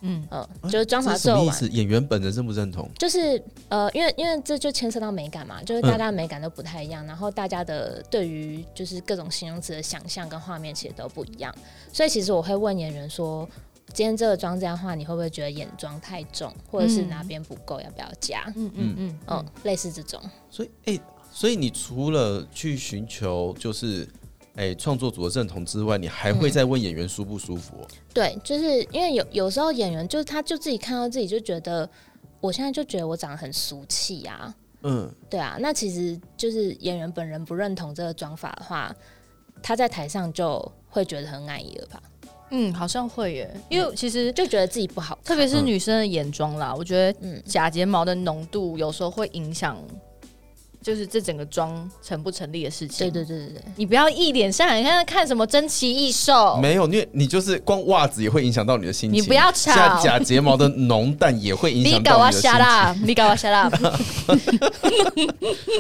嗯，嗯，就是妆法哎这是什做么意完，思？演员本人认不认同？就是呃，因为因为这就牵涉到美感嘛，就是大家的美感都不太一样，然后大家的对于就是各种形容词的想象跟画面其实都不一样，所以其实我会问演员说，今天这个妆这样画，你会不会觉得眼妆太重，或者是嗯哪边不够，要不要加？嗯嗯嗯嗯，嗯，类似这种，所以，哎、所以你除了去寻求就是哎创、作组的认同之外，你还会再问演员舒不舒服哦、对，就是因为有有时候演员就是他就自己看到自己就觉得，我现在就觉得我长得很俗气啊，嗯，对啊，那其实就是演员本人不认同这个妆法的话，他在台上就会觉得很碍眼吧，嗯，好像会耶，因为其实就觉得自己不好看特别是嗯女生的眼妆啦，我觉得嗯，假睫毛的浓度有时候会影响，就是这整个妆成不成立的事情。对对对对对，你不要一脸上，你看看什么珍奇异兽，嗯没有，因为你就是光袜子也会影响到你的心情，你不要吵下假睫毛的浓淡也会影你响搞到啊你的心瞎情。 啦，你搞啊瞎啦，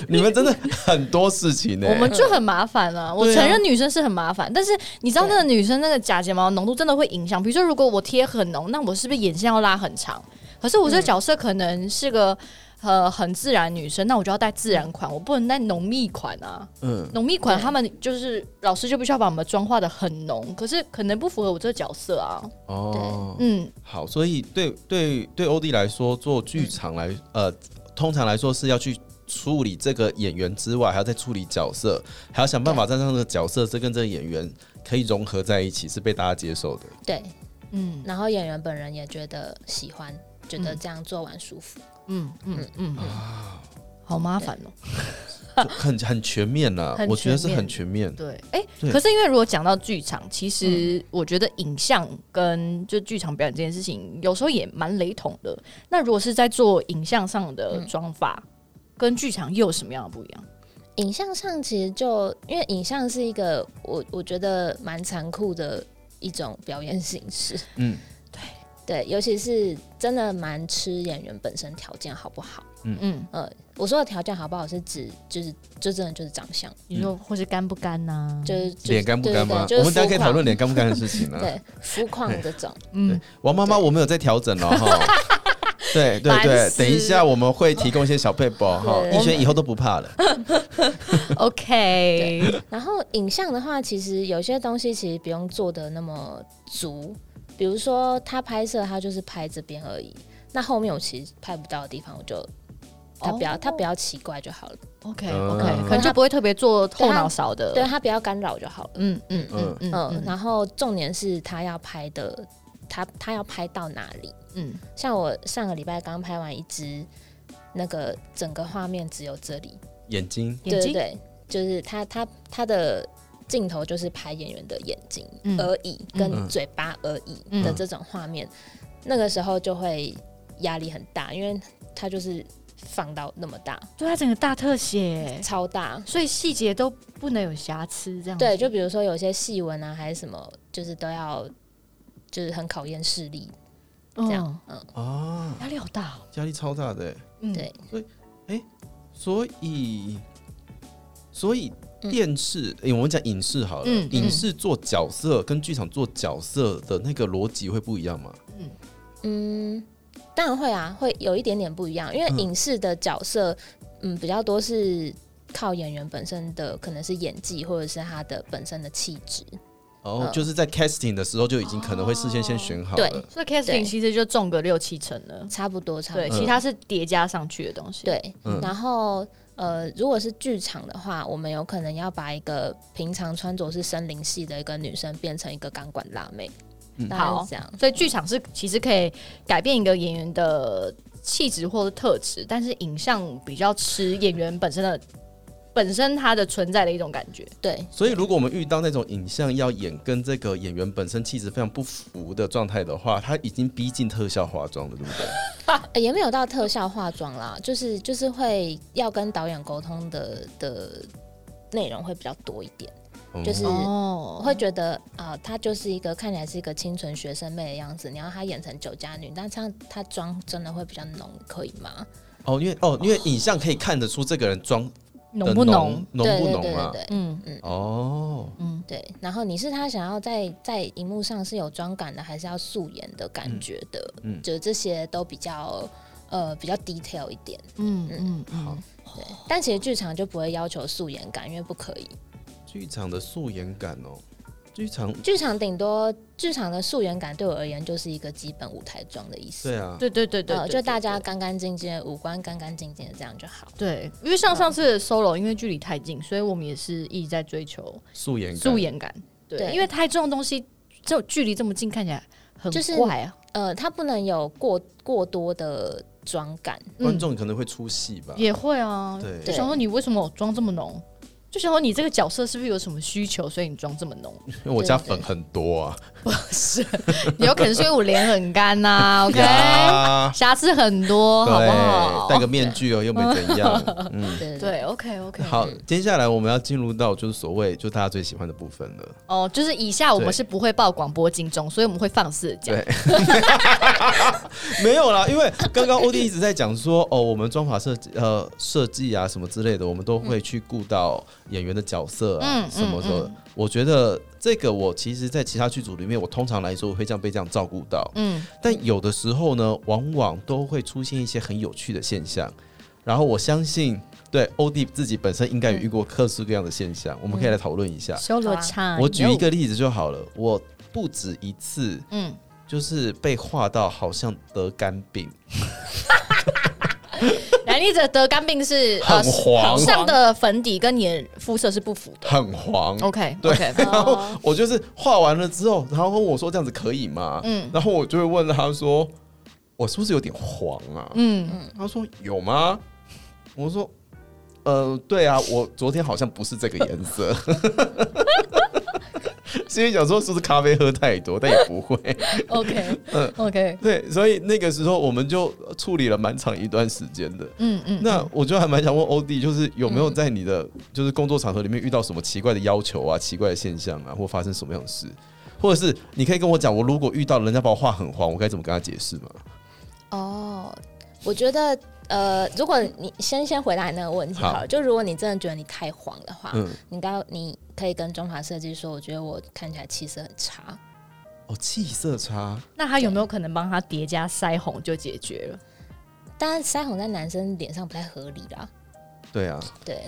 你们真的很多事情呢、我们就很麻烦啊。我对啊承认女生是很麻烦，但是你知道那个女生那个假睫毛浓度真的会影响。比如说，如果我贴很浓，那我是不是眼线要拉很长？可是我嗯这个角色可能是个。呃，很自然女生，那我就要带自然款，我不能带浓密款啊。嗯，浓密款，对他们就是老师就必须要把我们妆化的很浓，可是可能不符合我这个角色啊。哦，嗯，好，所以对对对欧弟来说，做剧场来、嗯呃，通常来说是要去处理这个演员之外，还要再处理角色，还要想办法再让这个角色这跟这个演员可以融合在一起，是被大家接受的。对，嗯然后演员本人也觉得喜欢，觉得嗯这样做完舒服，嗯嗯嗯，好麻烦哦、就很很全面啦，很我觉得是全面很全面。对，嗯哎、对可是因为如果讲到剧场，其实我觉得影像跟就剧场表演这件事情，有时候也蛮雷同的。那如果是在做影像上的妆法，跟剧场又有什么样的不一样？影像上其实就因为影像是一个我我觉得蛮残酷的一种表演形式，嗯对，尤其是真的蛮吃演员本身条件好不好。嗯，呃，我说的条件好不好是指就是就真的就是长相，你说或是干不干啊呐、就是 就是脸干不干吗？对对对就是我们大家可以肤况讨论脸干 不干的事情呢、啊对肤况这种，嗯哦 王妈妈，我们有在调整了哈。对对烦对，死等一下我们会提供一些小配宝哈，对逸轩以后都不怕了。 OK，然后影像的话，其实有些东西其实不用做的那么足，比如说他拍摄，他就是拍这边而已。那后面我其实拍不到的地方，我就他不要、哦他不要奇怪就好了， OK 嗯 OK，嗯可能就不会特别做后脑勺的。对他不要干扰就好了。嗯嗯嗯呃嗯嗯，嗯然后重点是他要拍的，他他要拍到哪里？嗯，像我上个礼拜刚拍完一支，那个整个画面只有这里，眼睛，眼睛对对对，就是他他他的镜头就是拍演员的眼睛嗯而已，嗯跟嘴巴而已的这种画面，那个时候就会压力很大，因为他就是放到那么大，对他整个大特写，超大。所以细节都不能有瑕疵，这样子对，就比如说有些细纹啊，还是什么，就是都要，就是很考验视力这样。嗯嗯，啊，压力好大哦。压力超大的欸。嗯，对所以，所以嗯电视，诶我们讲影视好了，嗯影视做角色跟剧场做角色的那个逻辑会不一样吗？嗯，当然会啊，会有一点点不一样，因为嗯影视的角色，嗯，比较多是靠演员本身的可能是演技，或者是他的本身的气质。哦，嗯就是在 casting 的时候就已经可能会事先先选好了对。所以 casting 对其实就中个六七成了。差不多，差不对，多。其他是叠加上去的东西。，对，嗯然后呃，如果是剧场的话，我们有可能要把一个平常穿着是森林系的一个女生变成一个钢管辣妹，嗯大概好是这样。所以剧场是其实可以改变一个演员的气质或者特质，但是影像比较吃演员本身的本身它的存在的一种感觉。对，所以，如果我们遇到那种影像要演跟这个演员本身气质非常不符的状态的话，他已经逼近特效化妆了，对不对？呃也没有到特效化妆啦，就是就是会要跟导演沟通的的内容会比较多一点。嗯 就是我哦，会觉得啊、她就是一个看起来是一个清纯学生妹的样子，你要她演成酒家女，但像她妆真的会比较浓，可以吗？哦，因为哦，因为影像可以看得出这个人妆的浓不浓浓？浓不浓啊嘛对对对？对对嗯哦，嗯，对，然后你是她想要在在荧幕上是有妆感的，还是要素颜的感觉的？嗯嗯就是这些都比较呃比较 detail 一点。嗯嗯嗯好，对，哦但其实剧场就不会要求素颜感，因为不可以。剧场的素颜感哦，剧场剧场顶多剧场的素颜感对我而言就是一个基本舞台妆的意思。对啊，对对对对，呃，对就对大家对干干净净的，五官干干净净的，这样就好。对，因为像上次嗯的 solo，因为距离太近，所以我们也是一直在追求素颜感素颜感。对，对因为太重的东西，就距离这么近，看起来很就是怪啊。呃，它不能有过过多的妆感，观众可能会出戏吧？嗯也会啊，嗯对就想说你为什么妆这么浓？就想说你这个角色是不是有什么需求，所以你妆这么浓？ 因为我家粉很多啊。是，有可能是因为我脸很干呐、o k 呀瑕疵很多， 好不好？对，戴个面具哦，又没怎 样。嗯，对对对，OK OK，好，接下来我们要进入到就是所谓就大家最喜欢的部分了。哦，就是以下我们对是不会报广播金钟，所以我们会放肆讲。对， 没有啦，因为刚刚欧弟一直在讲说，哦，我们妆法设计、呃设计啊什么之类的，我们都会去顾到演员的角色啊、嗯什么的。嗯嗯我觉得这个我其实，在其他剧组里面，我通常来说我会这样被这样照顾到，嗯，但有的时候呢，往往都会出现一些很有趣的现象。然后我相信，对欧弟自己本身应该也遇过各式各样的现象，我们嗯可以来讨论一下。修罗罗场，我举一，个例子就好了，我不止一次嗯，就是被画到好像得肝病，来，你这得肝病是呃 很黄上的粉底跟你的肤色是不符的。很黄。 OK 对 OK， 然后我就是画完了之后，然后问我说这样子可以吗？嗯然后我就会问他说，我是不是有点黄啊？嗯，他说有吗？我说，呃，对啊，我昨天好像不是这个颜色。 心里想说是不是咖啡喝太多，但也不会。 OK 嗯 OK，对，所以那个时候我们就处理了蛮长一段时间的。嗯嗯，那我就还蛮想问欧弟，就是有没有在你的嗯就是工作场合里面遇到什么奇怪的要求啊、奇怪的现象啊，或发生什么样的事，或者是你可以跟我讲，我如果遇到人家把我画很黄，我该怎么跟他解释吗？哦，我觉得呃，如果你先先回答你那个问题好了，好就如果你真的觉得你太黄的话，嗯，你刚你可以跟中华设计说，我觉得我看起来气色很差。哦，气色差，那他有没有可能帮他叠加腮红就解决了？但是腮红在男生脸上不太合理啦，对啊，对，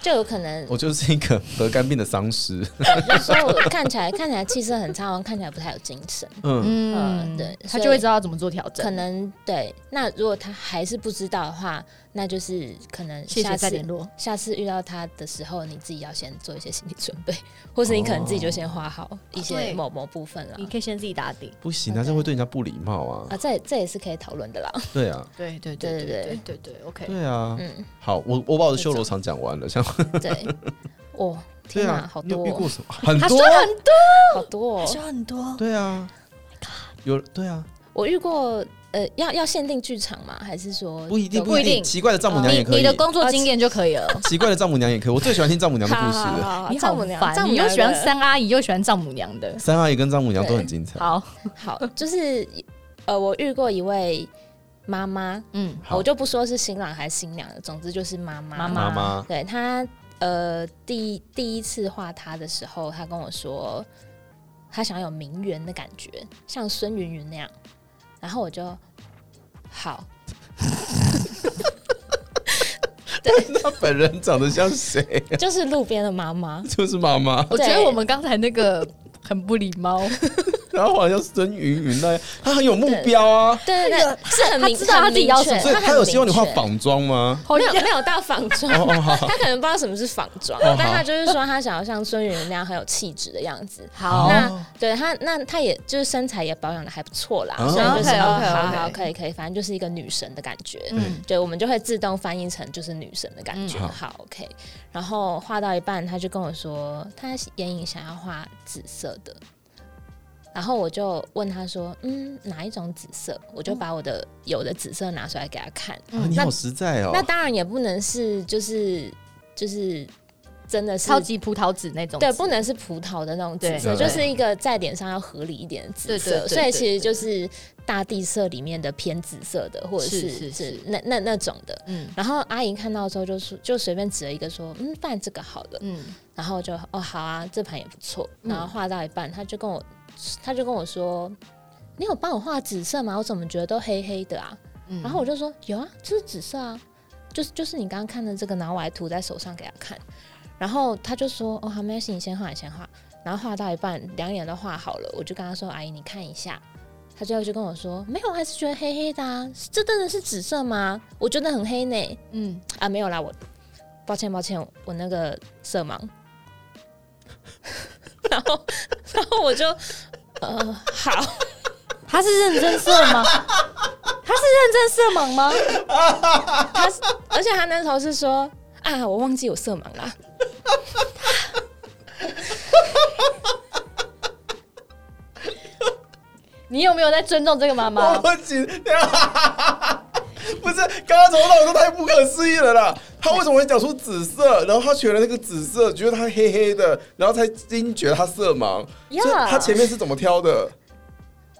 就有可能我就是一个得肝病的丧尸。有时候我看起来看起来气色很差，好像看起来不太有精神。嗯，嗯，对他所以就会知道怎么做调整。可能对，那如果他还是不知道的话，那就是可能谢下谢再次联络。下次遇到他的时候，你自己要先做一些心理准备， 或是你可能自己就先画好一些哦对某某部分了你。可以先自己打底。不行啊，这样会对人家不礼貌啊啊，。这也这也是可以讨论 的啦。对啊，对对对对对对对，OK。对啊。嗯，好，我我把我的修罗场讲完了，像对，哦，对天哪，啊，好你有多遇哦过什么？很他多说，很多，哦好多他哦。说很多，对啊，有对啊，我遇过，呃，要要限定剧场吗？还是说不一定有不一定哦奇怪的丈母娘也可你以的，工作经验就可以了。 奇怪的丈母娘也可以。我最喜欢听丈母娘的好故好事了。好好你好丈母娘，烦丈母你娘又喜欢的三阿姨，又喜欢丈母娘的。三阿姨跟丈母娘都很精彩。好，好，就是呃，我遇过一位妈妈，嗯，好我就不说是新郎还是新娘了，总之就是妈妈。妈妈妈，对她呃，第第一次画她的时候，她跟我说，她想要有名媛的感觉，像孙云云那样。然后我就好，她本人长得像谁？，就是路边的妈妈就是妈妈，我觉得我们刚才那个很不礼 貌，然后好像孙云云那样，她很有目标啊。对对对，是很她明，知道她很自己明要确什么所以她她很有希望你明化确仿妆吗？好没 有像没有到仿妆，哦哦，好好， 他可能不知道什么是仿妆，哦好但他就是说他想要像孙芸芸那样很有气质的样子。好那哦对他，那他也就是身材也保养的还不错啦，哦所以就是 OK，OK，OK 哦好好可以可以，反正就是一个女神的感觉。嗯对，我们就会自动翻译成就是女神的感觉。嗯好好，OK。然后画到一半，他就跟我说，他眼影想要画紫色的。然后我就问他说：“嗯，哪一种紫色？”我哦就把我的有的紫色拿出来给他看。嗯啊你好实在那哦。当然也不能是就是就是真的是超级葡萄籽那种籽，对，不能是葡萄的那种紫色，对就是一个在脸上要合理一点的紫对色，对对所以其实对对就是大地色里面的偏紫色的，或者是是是是那那那种的。嗯然后阿姨看到之后就说，就随便指了一个说，嗯，不然这个好了。嗯，然后就哦好啊，这盘也不错。嗯然后画到一半，他就跟我，他就跟我说，你有帮我画紫色吗？我怎么觉得都黑黑的啊？嗯然后我就说有啊，这是紫色啊，就是就是你刚刚看的这个，然后我还涂在手上给他看，然后他就说哦，好，没关系，你先画，你先画。然后画到一半，两眼都画好了，我就跟他说：“阿姨，你看一下。”他最后就跟我说：“没有，我还是觉得黑黑的啊，这真的是紫色吗？我觉得很黑呢。嗯，”啊，没有啦，我抱歉抱歉，我那个色盲。然后，然后我就呃，好，他是认真色 盲，他是认真色盲吗？他是，而且他那时候是说啊，我忘记我色盲啦。你有没有在尊重这个妈妈？我紧，等一下不是，刚刚从头到尾都太不可思议了啦！他为什么会讲出紫色？然后他选了那个紫色，觉得他黑黑的，然后才惊觉他色盲。呀所以他前面是怎么挑的？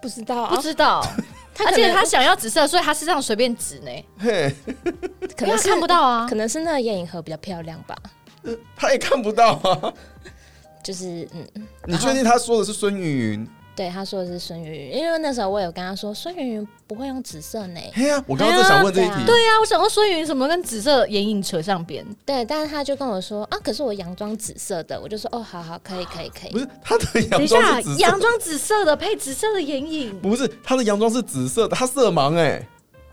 不知道不啊，知道，他而可能且他想要紫色，所以他是这样随便指呢，嘿，可因为能他是看不，到啊可。能是那个眼影盒比较漂亮吧。他也看不到 啊！就是嗯，你确定他说的是孙云云？对，他说的是孙云云，因为那时候我有跟他说，孙云云不会用紫色呢。嘿呀、我刚刚就想问这一哎题。呀对呀、啊，我想说孙云怎么跟紫色眼影扯上边？对，但是他就跟我说啊，可是我洋装紫色的，我就说哦，好好，可以，可以，可不以。是他的等洋一下装是，紫色洋的，装紫色的配紫色的眼影，不是他的洋装是紫色的，他色盲哎、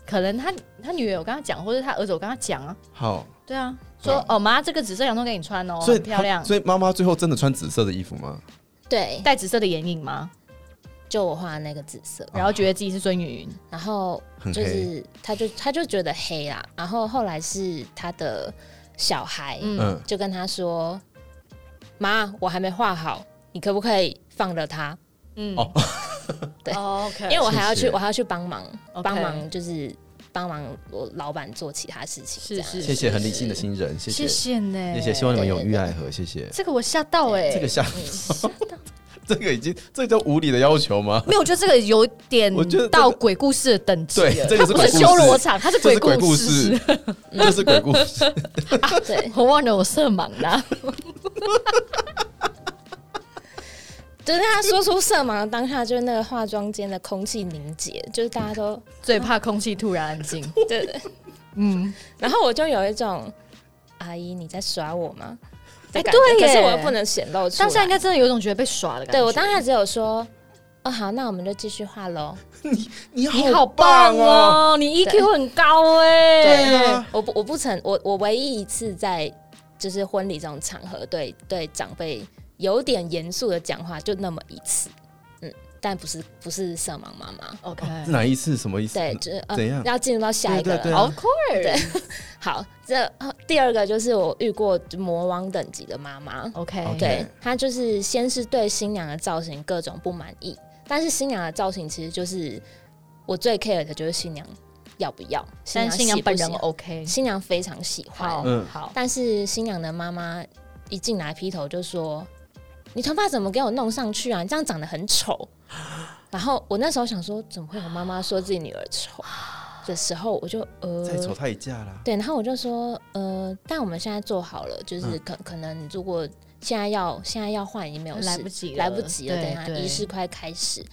可能他他女儿有跟他讲，或者他儿子有跟他讲啊。好，对啊，说哦妈，这个紫色洋装给你穿哦，所以很漂亮他。所以妈妈最后真的穿紫色的衣服吗？对，戴紫色的眼影吗？就我画的那个紫色，然后觉得自己是孙云云，然后很就黑。是他就他就觉得黑啦，然后后来是他的小孩，嗯嗯，就跟他说：“妈，我还没画好，你可不可以放了他？嗯， 哦对，OK，因为我还要谢去，谢我还要去帮忙， OK 帮忙就是帮忙我老板做其他事情。是这样是谢谢很理性的新人，谢谢谢谢呢，谢谢，希望你们永遇爱河，谢谢。这个我吓到哎，这个像吓到，这个已经这叫无理的要求吗？没有，我觉得这个有点我觉得这个到鬼故事的等级了，对这个是它不是鬼故修事罗场，它是这是鬼鬼故事事。， 嗯这是鬼故事。嗯 对我忘了我色盲啦，就是他说出色盲的当下，就是那个化妆间的空气凝结，就是大 家都最怕空气突然安 静。对对。嗯，然后我就有一种阿姨你在耍我吗？哎哎，对耶可是我又不能显露出当下应来。该真的有一种觉得被耍的感觉。对我当下只有说，哦好，那我们就继续画喽。你你好好棒哦！哦，你 EQ 很高哎、对啊，我不我不曾我我唯一一次在就是婚礼这种场合对对长辈有点严肃的讲话，就那么一次，嗯，但不是不是色盲妈妈， OK，是哪一次？什么意思？对，就是、呃、怎样要进入到下一个了。对对对啊好 cool。好，这呃第二个就是我遇过魔王等级的妈妈， OK，对对她就是先是对新娘的造型各种不满意，但是新娘的造型其实就是我最 care 的就是新娘要不要，但是新娘喜不本喜人欢 OK，新娘非常喜欢好，，嗯好，但是新娘的妈妈一进来劈头就说：“你头发怎么给我弄上去啊？你这样长得很丑。”然后我那时候想说，怎么会有妈妈说自己女儿丑的时候，我就呃，再丑他也嫁啦。对，然后我就说，呃，但我们现在做好了，就是可、可能如果现在要现在要换已经没有来事不及了来不及了，对等一下对仪式快开始。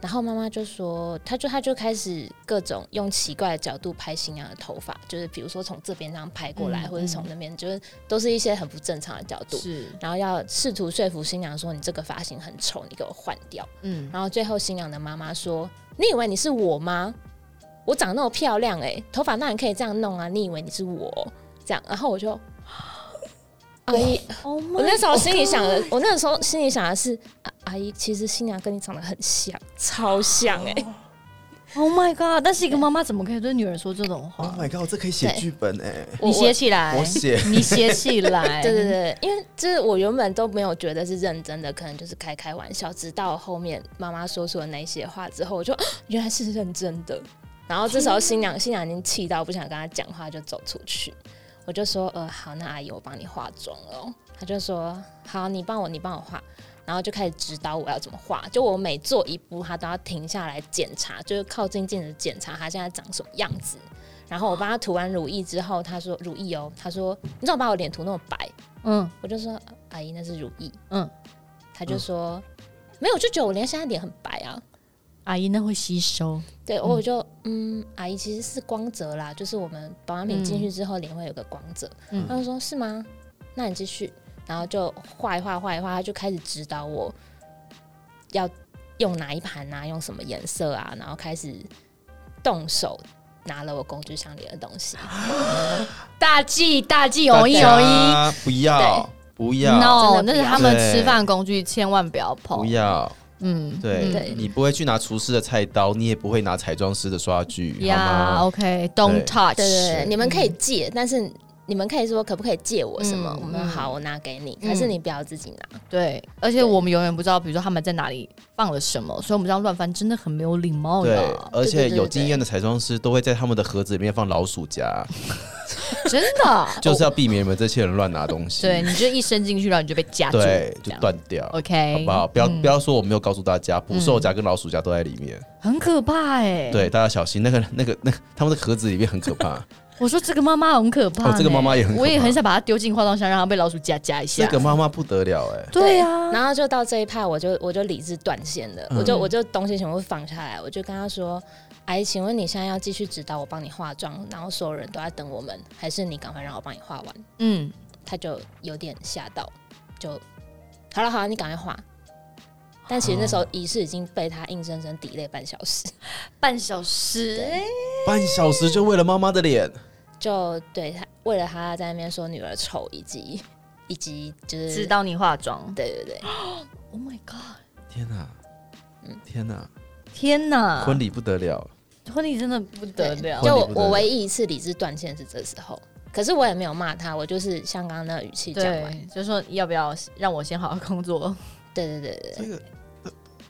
然后妈妈就说，她就她就开始各种用奇怪的角度拍新娘的头发，就是比如说从这边这样拍过来，嗯或者从那边，就是都是一些很不正常的角度。是，然后要试图说服新娘说你这个发型很丑，你给我换掉。嗯，然后最后新娘的妈妈说：“你以为你是我吗？我长那么漂亮哎、头发当然可以这样弄啊！你以为你是我哦这样？”然后我就，阿姨，哦，我那时候心里想的，我那时候心里想的是，啊、阿姨，其实新娘跟你长得很像，超像哎、 ，Oh my God！但是一个妈妈怎么可以对女儿说这种 Oh 话？ my god，这可以写对剧本哎！我你写起来，我写你写起来， 对对对，因为就是我原本都没有觉得是认真的，可能就是开开玩笑。直到后面妈妈说出了那些话之后，我就啊原来是认真的。然后这时候新娘新娘已经气到不想跟她讲话，就走出去。我就说呃好，那阿姨我帮你化妆了哦。她就说好，你帮我，你帮我化。然后就开始指导我要怎么画，就我每做一步，她都要停下来检查，就是靠近镜子检查她现在长什么样子。然后我帮她涂完乳液之后，她说乳液哦，她说你怎么把我脸涂那么白？嗯，我就说啊阿姨那是乳液，嗯嗯，他就说、没有，我就觉得我脸现在脸很白啊。阿姨那会吸收，对，我就嗯阿姨其实是光泽啦，就是我们保养品进去之后脸会有个光泽。嗯他就说是吗？那你继续，然后就画一画画一画，他就开始指导我要用哪一盘啊，用什么颜色啊，然后开始动手拿了我工具箱里的东西。大忌大忌，大容易容易。家不要不要 No，真的那不是要他们对吃饭工具，千万不要碰不。要，嗯，对对你不会去拿厨师的菜刀，你也不会拿彩妆师的刷具，好呀吗？ ，OK，Don't 对 touch。对对对，是你们可以借，但是你们可以说可不可以借我什么？嗯我们嗯好，我拿给你，嗯可是你不要自己拿。对，而且我们永远不知道，比如说他们在哪里放了什么，所以我们这样乱翻真的很没有礼貌对呀，，而对且对对有经验的彩妆师都会在他们的盒子里面放老鼠 夹，真的。 就是要避免你们这些人乱拿东西。对，你就一伸进去，然后你就被夹住，对，这就样断掉， OK，好不好？不要嗯不要说我没有告诉大家，捕兽夹跟老鼠夹都在里面。很可怕哎。对，，大家小心，那个那个那个他们的盒子里面很可 怕。我说这个妈妈很可怕呢，哦这个妈妈也很可怕啊我也很想把她丢进化妆箱，让她被老鼠夹夹一下。这个妈妈不得了哎，对啊，然后就到这一趴，我就我就理智断线了，嗯我就我就东西全部放下来，我就跟他说：“阿姨，请问你现在要继续指导我帮你化妆，然后所有人都在等我们，还是你赶快让我帮你化完嗯，？”他就有点吓到，就好了好了，你赶快化。但其实那时候仪式已经被他硬生生 delay 半小时，半小时对欸半小时就为了妈妈的脸，就对他为了他在那边说女儿丑，以及以及就是指导你化妆。对对对， Oh my god！天哪！嗯天哪，天哪，婚礼不得了，婚礼真的不得了，对就我婚礼不得了我唯一一次理智断线是这时候，可是我也没有骂他，我就是像刚刚那个语气讲完，对，就说要不要让我先好好工作？对对对对，这个。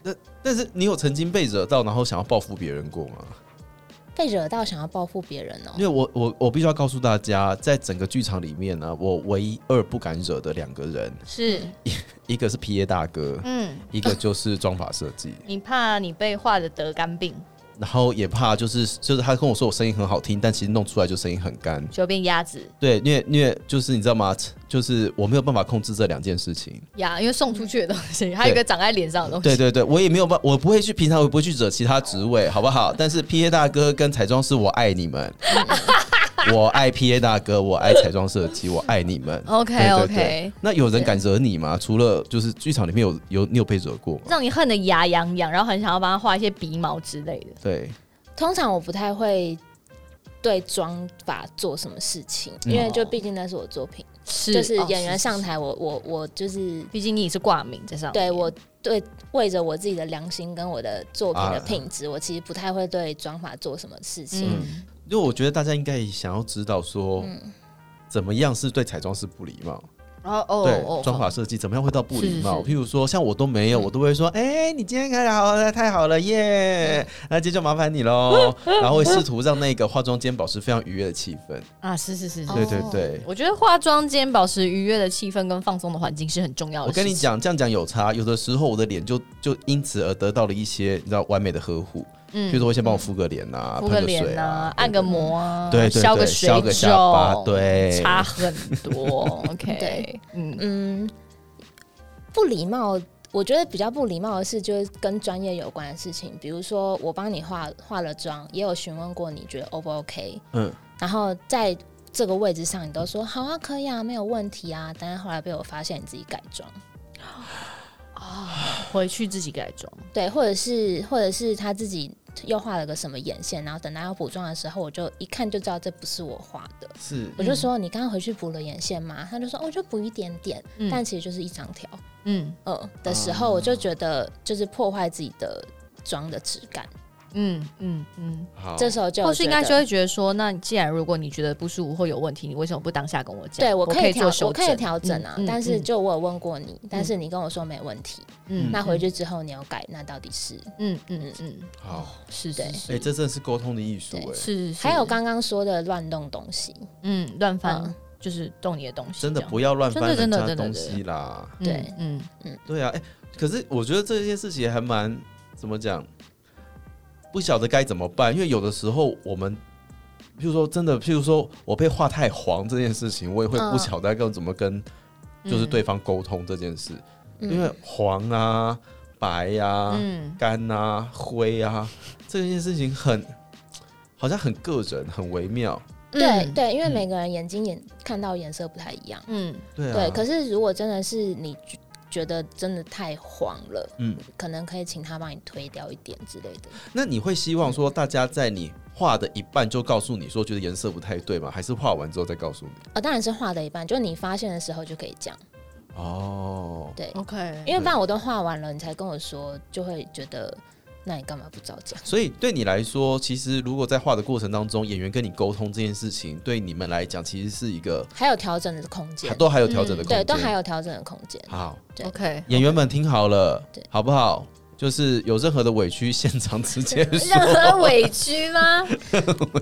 那但是你有曾经被惹到，然后想要报复别人过吗？哦被惹到想要报复别人哦、因为我我我必须要告诉大家，在整个剧场里面呢、我唯一二不敢惹的两个人，是，一个是 P A 大哥，嗯，一个就是妆法设计。你怕你被画的得肝病，然后也怕就是就是他跟我说我声音很好听，但其实弄出来就声音很干。就变鸭子对，因为因为就是你知道吗？就是我没有办法控制这两件事情。鸭，因为送出去的东西，还有一个长在脸上的东西。嗯对对对，我也没有办，我不会去平常我不会去惹其他职位，好不好？但是 P A 大哥跟彩妆师，我爱 你们，我爱 P A 大哥，我爱彩妆设计，我爱你们。 OK，对对 OK 对那有人敢惹你吗？除了就是剧场里面有有你有被惹过吗？让你恨得牙痒痒，然后很想要帮他画一些鼻毛之类的。对，通常我不太会对妆法做什么事情，嗯因为就毕竟那是我作品，是就是哦演员上是台我，我我就是是毕竟你也是挂名在上面。对我对为着我自己的良心跟我的作品的啊品质，我其实不太会对妆法做什么事情。嗯，就我觉得大家应该也想要知道说，怎么样是对彩妆师不礼貌，然后哦哦对，妆法设计怎么样会到不礼是貌？是嗯譬如说，像我都没有，我都会说，哎、你今天开的好，太好了嗯耶！那今天就麻烦你 喽。然后会试图让那个化妆间保持非常愉悦的气氛。啊，是是是是。对对对，我觉得化妆间保持愉悦的气氛跟放松的环境哦是很重要的。我跟你，讲，这样讲有差。有的时候我的脸就就因此而得到了一些你知道完美的呵护，譬嗯，如说会先帮我敷个脸啊，敷个喷个水脸啊，对按个摩啊，对对消对，水消个下巴，肿，对，差很多。OK，对嗯，嗯，不礼貌，我觉得比较不礼貌的是，就是跟专业有关的事情，比如说我帮你化化了妆，也有询问过你觉得 O 不 OK，嗯，然后在这个位置上，你都说好啊，可以啊，没有问题啊，但是后来被我发现你自己改装，回去自己改妆。对，或者是或者是他自己又画了个什么眼线，然后等他要补妆的时候，我就一看就知道这不是我画的。是。我就说你刚刚回去补了眼线吗？他就说哦，就补一点点，嗯但其实就是一张条。嗯嗯的时候，哦我就觉得就是破坏自己的妆的质感。哦嗯嗯嗯，好这时候就或是应该觉就得会觉得说，那既然如果你觉得不舒服或有问题，你为什么不当下跟我讲？对我我可以调做，修我可以正调整啊。嗯嗯但是嗯就我有问过你，但是你跟我说没问题，嗯那回去之后你要改，那到底是？嗯嗯嗯，好，是是对是哎、这真的是沟通的艺术对哎，是，是还有刚刚说的乱弄东西，嗯乱翻嗯就是动你的东西这真样，的不要乱翻真人的家的真的东真的西啦。嗯对嗯，对啊，哎、可是我觉得这件事情还蛮怎么讲，不晓得该怎么办，因为有的时候我们。譬如说，真的，譬如说我被画太黄这件事情，我也会不嗯晓得该怎么跟就是对方沟通这件事，嗯因为黄啊、白呀、啊、嗯干啊、灰啊这件事情很好像很个人、很微妙，对嗯对，因为每个人眼睛眼看到颜色不太一样。嗯对啊，对，可是如果真的是你觉觉得真的太黄了，嗯，可能可以请他帮你推掉一点之类的。那你会希望说大家在你画的一半就告诉你说觉得颜色不太对吗？还是画完之后再告诉你？哦，当然是画的一半，就你发现的时候就可以讲。哦，对， ，OK，因为不然我都画完了，你才跟我说，就会觉得那你干嘛不早讲？所以对你来说，其实如果在画的过程当中，演员跟你沟通这件事情，对你们来讲其实是一个还有调整的空间还，都还有调整的空间、嗯对，都还有调整的空间。好。对 OK，演员们听好了对，好不好？就是有任何的委屈，现场直接 任说。何委屈吗？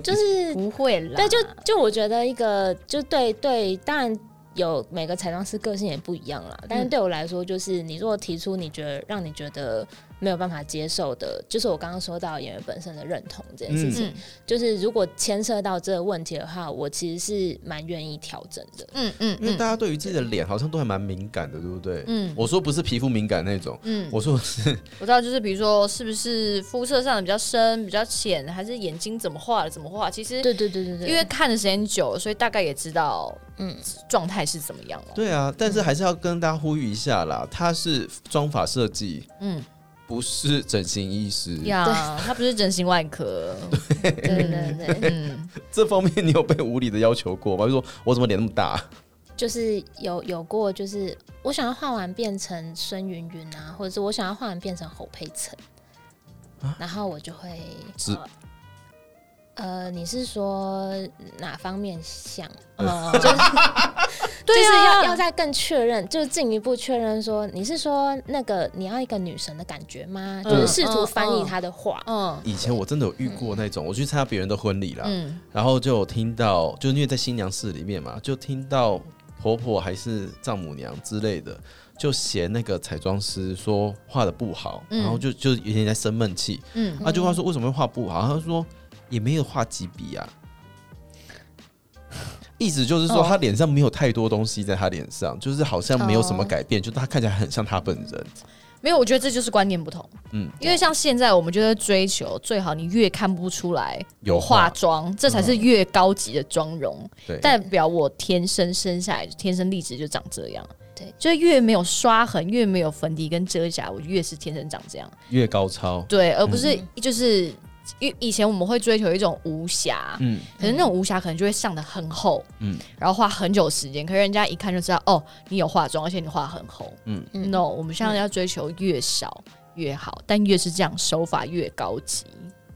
就是 不会啦，对，就就我觉得一个，就对对，当然有每个彩妆师个性也不一样啦。但是对我来说，就是你如果提出你觉得让你觉得没有办法接受的，就是我刚刚说到演员本身的认同这件事情，嗯就是如果牵涉到这个问题的话，我其实是蛮愿意调整的。嗯嗯 因为大嗯家对于自己的脸好像都还蛮敏感的，对不对？嗯我说不是皮肤敏感那种，嗯，我说 是我知道，就是比如说是不是肤色上的比较深、比较浅，还是眼睛怎么画的、怎么画？其实对对对对对，因为看的时间久了，所以大概也知道嗯嗯状态是怎么样了。对啊，但是还是要跟大家呼吁一下啦，他是妆法设计，嗯，不是整形医师。呀，他不是整形外科，对对对对，嗯，这方面你有被无理的要求过吗？就 说我怎么脸那么大？就是有有过，就是我想要画完变成孙云云啊，或者是我想要画完变成侯佩岑，然后我就会只呃，你是说哪方面呃像？ 对就是要要啊，再更确认，就是进一步确认说，你是说那个你要一个女神的感觉吗？嗯就是试图嗯翻嗯译他的话，嗯以前我真的有遇过那种，我去参加别人的婚礼啦，嗯，然后就有听到，就是因为在新娘室里面嘛，就听到婆婆还是丈母娘之类的，就嫌那个彩妆师说画的不好，嗯然后就就有点在生闷气。嗯他就话说为什么会画不好？他说也没有画几笔啊，意思就是说哦他脸上没有太多东西在他脸上，就是好像没有什么哦改变，就他看起来很像他本人。没有，我觉得这就是观念不同。嗯，因为像现在我们就在追求最好，你越看不出来有化画妆，这才是越高级的妆容。对，代表我天生生下来天生丽质就长这样。对，就越没有刷痕，越没有粉底跟遮瑕，我越是天生长这样。越高超，对，而不嗯是就是。因为以前我们会追求一种无瑕，嗯，可是那种无瑕可能就会上的很厚，嗯然后画很久时间，可是人家一看就知道，哦，你有化妆，而且你画很厚。嗯 No，我们现在要追求越少越好，但越是这样手法越高级。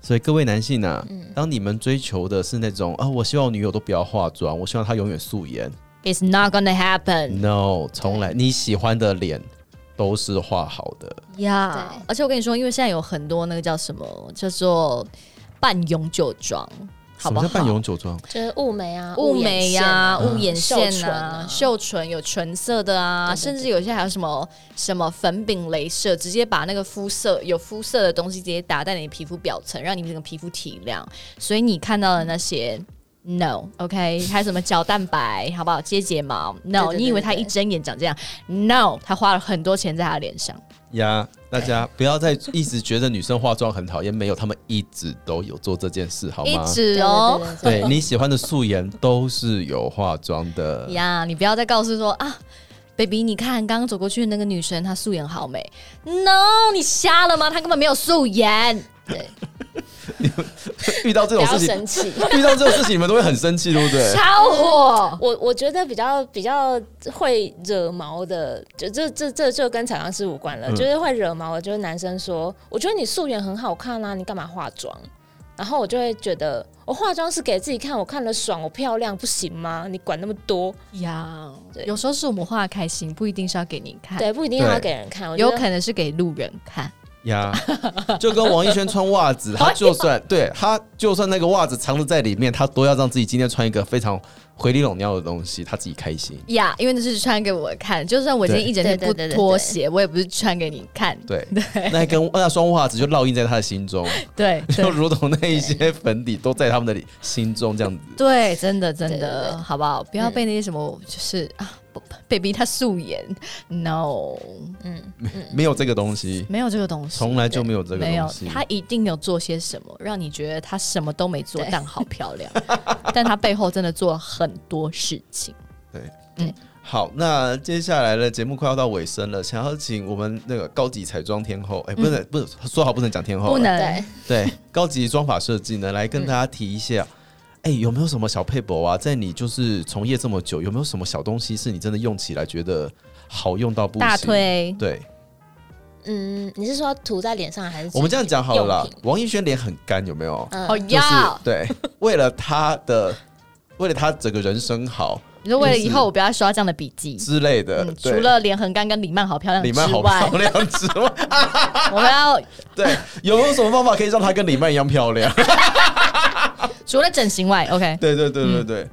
所以各位男性啊，嗯当你们追求的是那种啊，我希望我女友都不要化妆，我希望她永远素颜。 It's not gonna happen. No，从来你喜欢的脸都是画好的，呀、对而且我跟你说，因为现在有很多那个叫什么，叫做半永久妆，好什不么好？叫半永久妆？就是雾啊眉啊，雾眉呀、雾眼线秀唇啊啊，秀唇有唇色的啊，对对对甚至有些还有什么什么粉饼镭射，直接把那个肤色有肤色的东西直接打在你的皮肤表层，让你整个皮肤提亮。所以你看到的那些。No，OK，、还有 什么角蛋白，好不好？接睫毛，No，对对对你以为他对一睁眼长这样？No，他花了很多钱在他脸上。呀，大家不要再一直觉得女生化妆很讨厌，没有，她们一直都有做这件事，好一吗？直对哦。啊对对对对你喜欢的素颜都是有化妆的，呀你不要再告诉说啊，baby，你看刚刚走过去的那个女生，她素颜好美。No，你瞎了吗？她根本没有素颜。遇到这不种要事情，生气。遇到这种事情你们都会很生气，对不对？超火！ 我我觉得比较比较会惹毛的，就这这这就跟彩妆师无关了，嗯就是会惹毛的，就是男生说，我觉得你素颜很好看啊，你干嘛化妆？然后我就会觉得，我化妆是给自己看，我看了爽，我漂亮，不行吗？你管那么多？呀对有时候是我们画得开心，不一定是要给你看，对，不一定要对给人看，我觉哎有得可能是给路人看。呀， 就跟王一轩穿 袜子，他就算对他就算那个袜子藏着在里面，他都要让自己今天穿一个非常回力拢尿的东西，他自己开心。呀因为那是穿给我看，就算我今天一整天对不对对对对脱鞋，我也不是穿给你看。 对，那一根那双袜子就烙印在他的心中，对就 对如同那一些粉底都在他们的里心中这样子。对，真的真对对的，对好不好？不要被那些什么，就是啊不，baby 她素颜，no，没有这个东西，没有这个东西，从来就没有这嗯个没有东，西。她一定有做些什么，让你觉得她什么都没做，对但好漂亮。 但她背后真的做了很多事情。好，那接下来呢，节目快要到尾声了，想要请我们那个高级彩妆天后，哎、不是、嗯不是，说好不能讲天后，不能对，哦对，高级妆法设计呢，来跟大家提一下。哎、有没有什么小配博啊？在你就是从业这么久，有没有什么小东西是你真的用起来觉得好用到不行？大推对，嗯，你是说涂在脸上还是？我们这样讲好了啦用。王一轩脸很干，有没有？嗯好就是要对，为了他的，为了他整个人生好你说为了以就后是我不要刷这样的笔记。之类的，嗯，除呃对，了脸很干跟李曼好漂亮李曼之好外漂，亮之外， 我们要对，有没有什么方法可以让她跟 李曼一样漂亮？除了整形外，OK，对对对对对，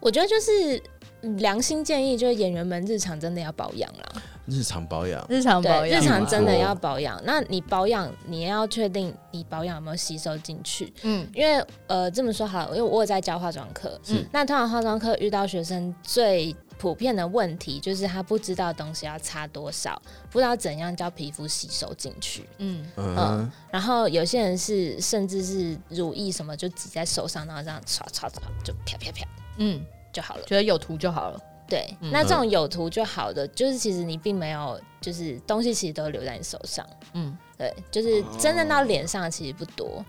我觉得就是嗯良心建议，就是演员们日常真的要保养啦。嗯日常保养，日常哦保对，养日嘛，常真的要保养。那你保养，你也要确定你保养有没有吸收进去。嗯因为呃，这么说好了，因为我有在教化妆课，嗯是那通常化妆课遇到学生最普遍的问题就是他不知道东西要擦多少，不知道怎样叫皮肤吸收进去。嗯，嗯嗯，然后有些人是甚至是乳液什么就挤在手上，然后这样刷刷刷就啪啪啪嗯，就好了。觉得有图就好了。对，嗯那这种有图就好的，就是其实你并没有，就是东西其实都留在你手上。嗯，对，就是真正到脸上其实不多，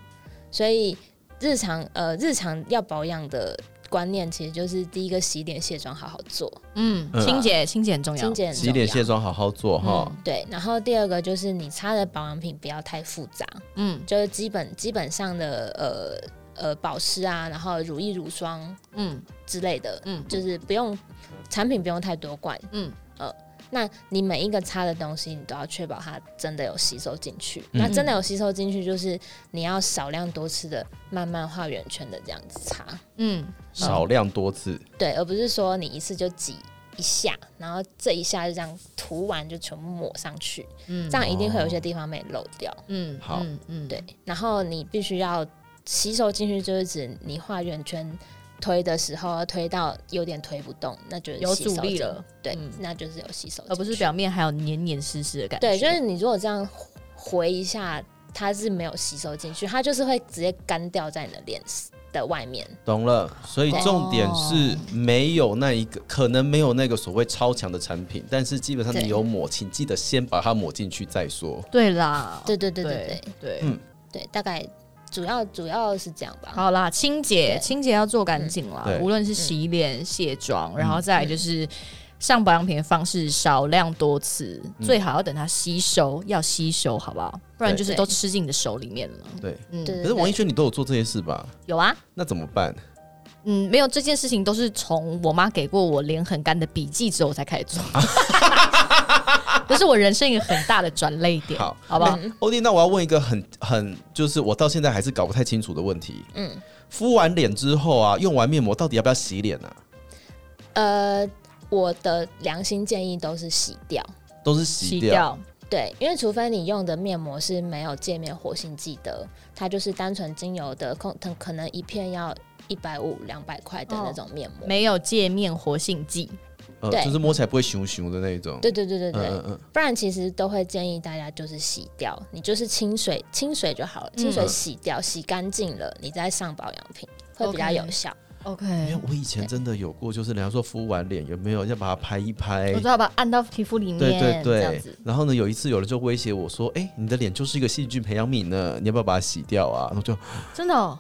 所以日常呃日常要保养的观念，其实就是第一个洗脸卸妆好好做，嗯，嗯清洁清洁很重要清。洁很重啊洗要脸卸妆好好做嗯哈。对，然后第二个就是你擦的保养品不要太复杂，嗯就是基本基本上的呃呃保湿啊，然后乳液、乳霜嗯之类的，嗯就是不用产品不用太多罐，嗯那你每一个擦的东西，你都要确保它真的有吸收进去。那真的有吸收进去，就是你要少量多次的慢慢画圆圈的这样子擦，嗯，少量多次，对，而不是说你一次就挤一下，然后这一下就这样涂完就全部抹上去，这样一定会有一些地方被漏掉。嗯，好嗯嗯，对，然后你必须要洗手进去，就是指你画圆圈推的时候，推到有点推不动，那就是有洗手阻力进了，对，嗯那就是有洗手进去，而不是表面还有黏黏湿湿的感觉。对，就是你如果这样回一下，它是没有吸收进去，它就是会直接干掉在你的脸的外面。懂了，所以对重点是没有那一个，可能没有那个所谓超强的产品，但是基本上对你有抹，请记得先把它抹进去再说。对啦，对对对对哦对对对嗯对，大概主要主要是这样吧。好啦，清洁对清洁要做干净啦嗯，对嗯无论是洗脸、卸妆，然后再来就是。上保养品的方式少量多次，嗯最好要等它吸收，要吸收好不好？不然就是对都吃进你的手里面了。对，嗯，对可是王一轩，你都有做这些事吧？有啊，那怎么办？嗯，没有这件事情都是从我妈给过我脸很干的笔记之后我才开始 做，这是我人生一个很大的转泪点，好嗯好不好？嗯欧弟，那我要问一个很很，就是我到现在还是搞不太清楚的问题。嗯，敷完脸之后啊，用完面膜到底要不要洗脸啊？呃，我的良心建议都是洗掉。都是洗洗掉。掉，对，因为除非你用的面膜是没有界面活性剂的，它就是单纯精油的，可可可能一片要一百五、两百块的那哦种面膜。没有界面活性剂，呃，对就是摸起来不会熊熊的那一种。对对对对对，嗯嗯不然其实都会建议大家就是洗掉，你就是清水清水就嗯好了，清水洗掉、洗干净了，你再上保养品会比较 OK 有效。 OK，嗯，因为我以前真的有过，就是人家说敷完脸有没有要把它拍一拍我知？道把它按到皮肤里面，对这对样对子。。然后呢，有一次有人就威胁我说：“哎、你的脸就是一个细菌培养皿呢，你要不要把它洗掉啊？”然后就真的、哦，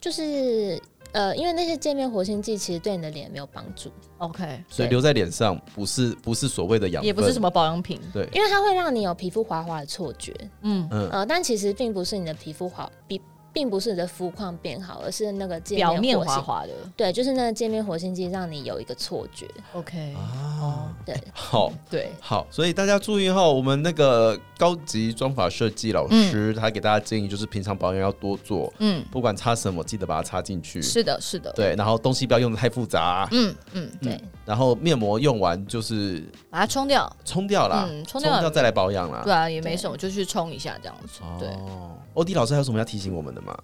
就是呃，因为那些界面活性剂其实对你的脸没有帮助， OK，所以留在脸上不是不是所谓的养分，也不是什么么保养品，对，因为它会让你有皮肤滑滑的错觉，嗯，嗯，呃，但其实并不是你的皮肤好，并并不是你的肤况变好，而是那个界表面活滑性。滑的对，就是那个界面活性剂让你有一个错觉， ，OK，啊对，好。对，好，所以大家注意哈，我们那个高级妆法设计老师，他给大家建议就是平常保养要多做，嗯，不管擦什么，记得把它擦进去。是的，是的，对，然后东西不要用的太复杂。嗯嗯，对然后面膜用完就是把它冲掉，冲掉啦，嗯冲冲掉了再来保养啦。对啊，也没什么，就去冲一下这样子，对，哦，欧弟老师还有什么要提醒我们的吗？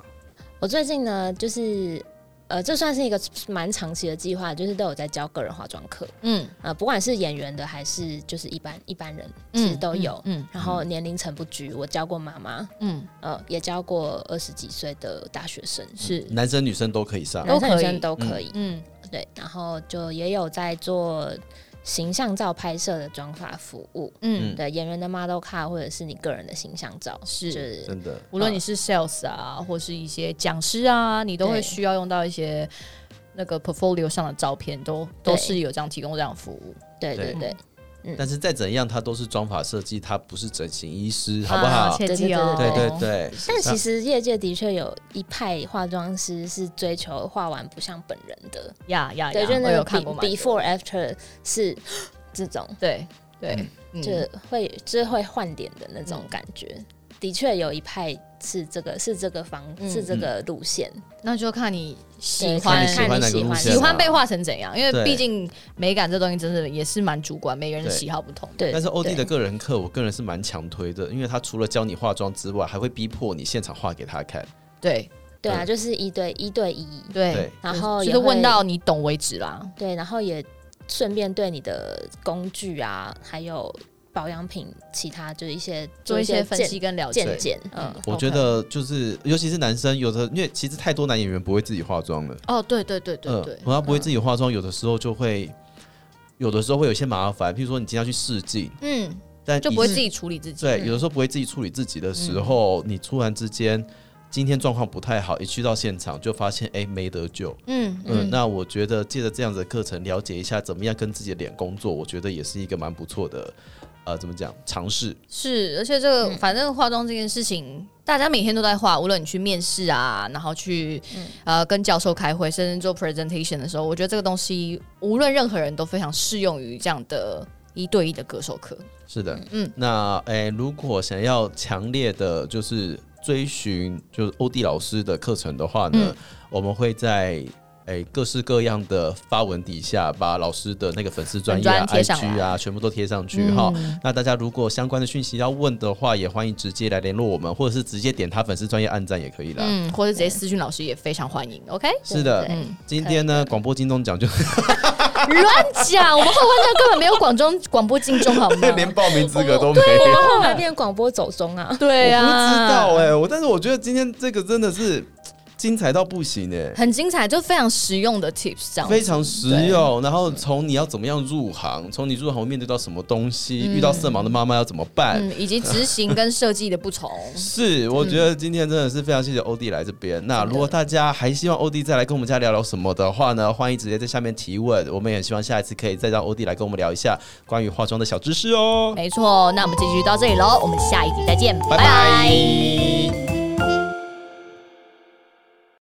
我最近呢，就是呃，这算是一个蛮长期的计划，就是都有在教个人化妆课，嗯，呃，不管是演员的还是就是一般一般人，嗯其实都有。嗯然后年龄层不拘，我教过妈妈，嗯，呃，也教过二十几岁的大学生，是，男生女生都可以上。都男可生以女生都可以。嗯对，然后就也有在做形象照拍摄的妆发服务，嗯，对，演员的 model 卡或者是你个人的形象照，是就是真的，无论你是 sales 啊，或是一些讲师啊，你都会对需要用到一些。那个 portfolio 上的照片都对都是有这样提供这样的服务，对对对对，嗯但是再怎样，他都是妆法设计，他不是整形医师，好不啊好？切记哦，对对对，但其那实业界的确有一派化妆师是追求画完不像本人的，呀哎呀呀，对，就是我那有个看过 be, 蛮 before after 是 这种，对对，嗯就是会就是会换脸的那种感觉。的确有一派是这个是这个方、嗯是这个路线，那就看你喜对欢看你喜欢哪个路线啊喜欢被画成怎样，因为对毕竟美感这东西真的也是蛮主观，每个人的对喜好不同。对，但是欧弟的对个人课，我个人是蛮强推的，因为他除了教你化妆之外，还会逼迫你现场画给他看。对对啊，嗯就是一对一对一，对对，然后就也是问会到你懂为止啦。对，然后也顺便对你的工具啊，还有保养品其他就是一些做一些分析见跟了解见，解，嗯，我觉得就是，尤其是男生，有的因为其实太多男演员不会自己化妆了，哦，对对对对嗯，对，然后不会自己化妆，有的时候就会，有的时候会有一些麻烦，譬如说你今天要去试镜，嗯，但就一不会次自己嗯处理自己。对，嗯有的时候不会自己处理自己的时候，你突然之间今天状况不太好，一去到现场就发现哎、没得救。嗯嗯，嗯，那我觉得借着这样子的课程，了解一下怎么样跟自己的脸工作，我觉得也是一个蛮不错的，呃，怎么讲尝试。是，而且这个反正化妆这件事情。大家每天都在画，无论你去面试啊，然后去、呃跟教授开会，甚至做 presentation 的时候，我觉得这个东西无论任何人都非常适用于这样的一对一的歌手课。是的，嗯嗯，那哎、如果想要强烈的，嗯就是追寻就是欧弟老师的课程的话呢，我们会在哎各式各样的发文底下，把老师的那个粉丝专业粉啊、专贴上来嗯 IG 啊，全部都贴上去哈、那大家如果相关的讯息要问的话，也欢迎直接来联络我们，或者是直接点他粉丝专业按赞也可以啦。嗯，或者直接私讯老师也非常欢迎，OK？ 是的，对嗯，今天呢，广播金钟奖就乱讲，我们后半段根本没有广中广播金钟好 吗？连报名资格都没我有。们后来变广播走中啊，对呀、我不知道哎、我但是我觉得今天这个真的是精彩到不行哎、很精彩，就非常实用的 tips 这样子。非常实用。然后从你要怎么样入行，从你入行会面对到什么东西，遇到色盲的妈妈要怎么办？嗯，以及执行跟设计的不同。是，我觉得今天真的是非常谢谢欧弟来这边。那如果大家还希望欧弟再来跟我们家聊聊什么的话呢，欢迎直接在下面提问。我们也很希望下一次可以再让欧弟来跟我们聊一下关于化妆的小知识哦。没错，那我们这集就到这里喽，我们下一集再见， 拜拜拜拜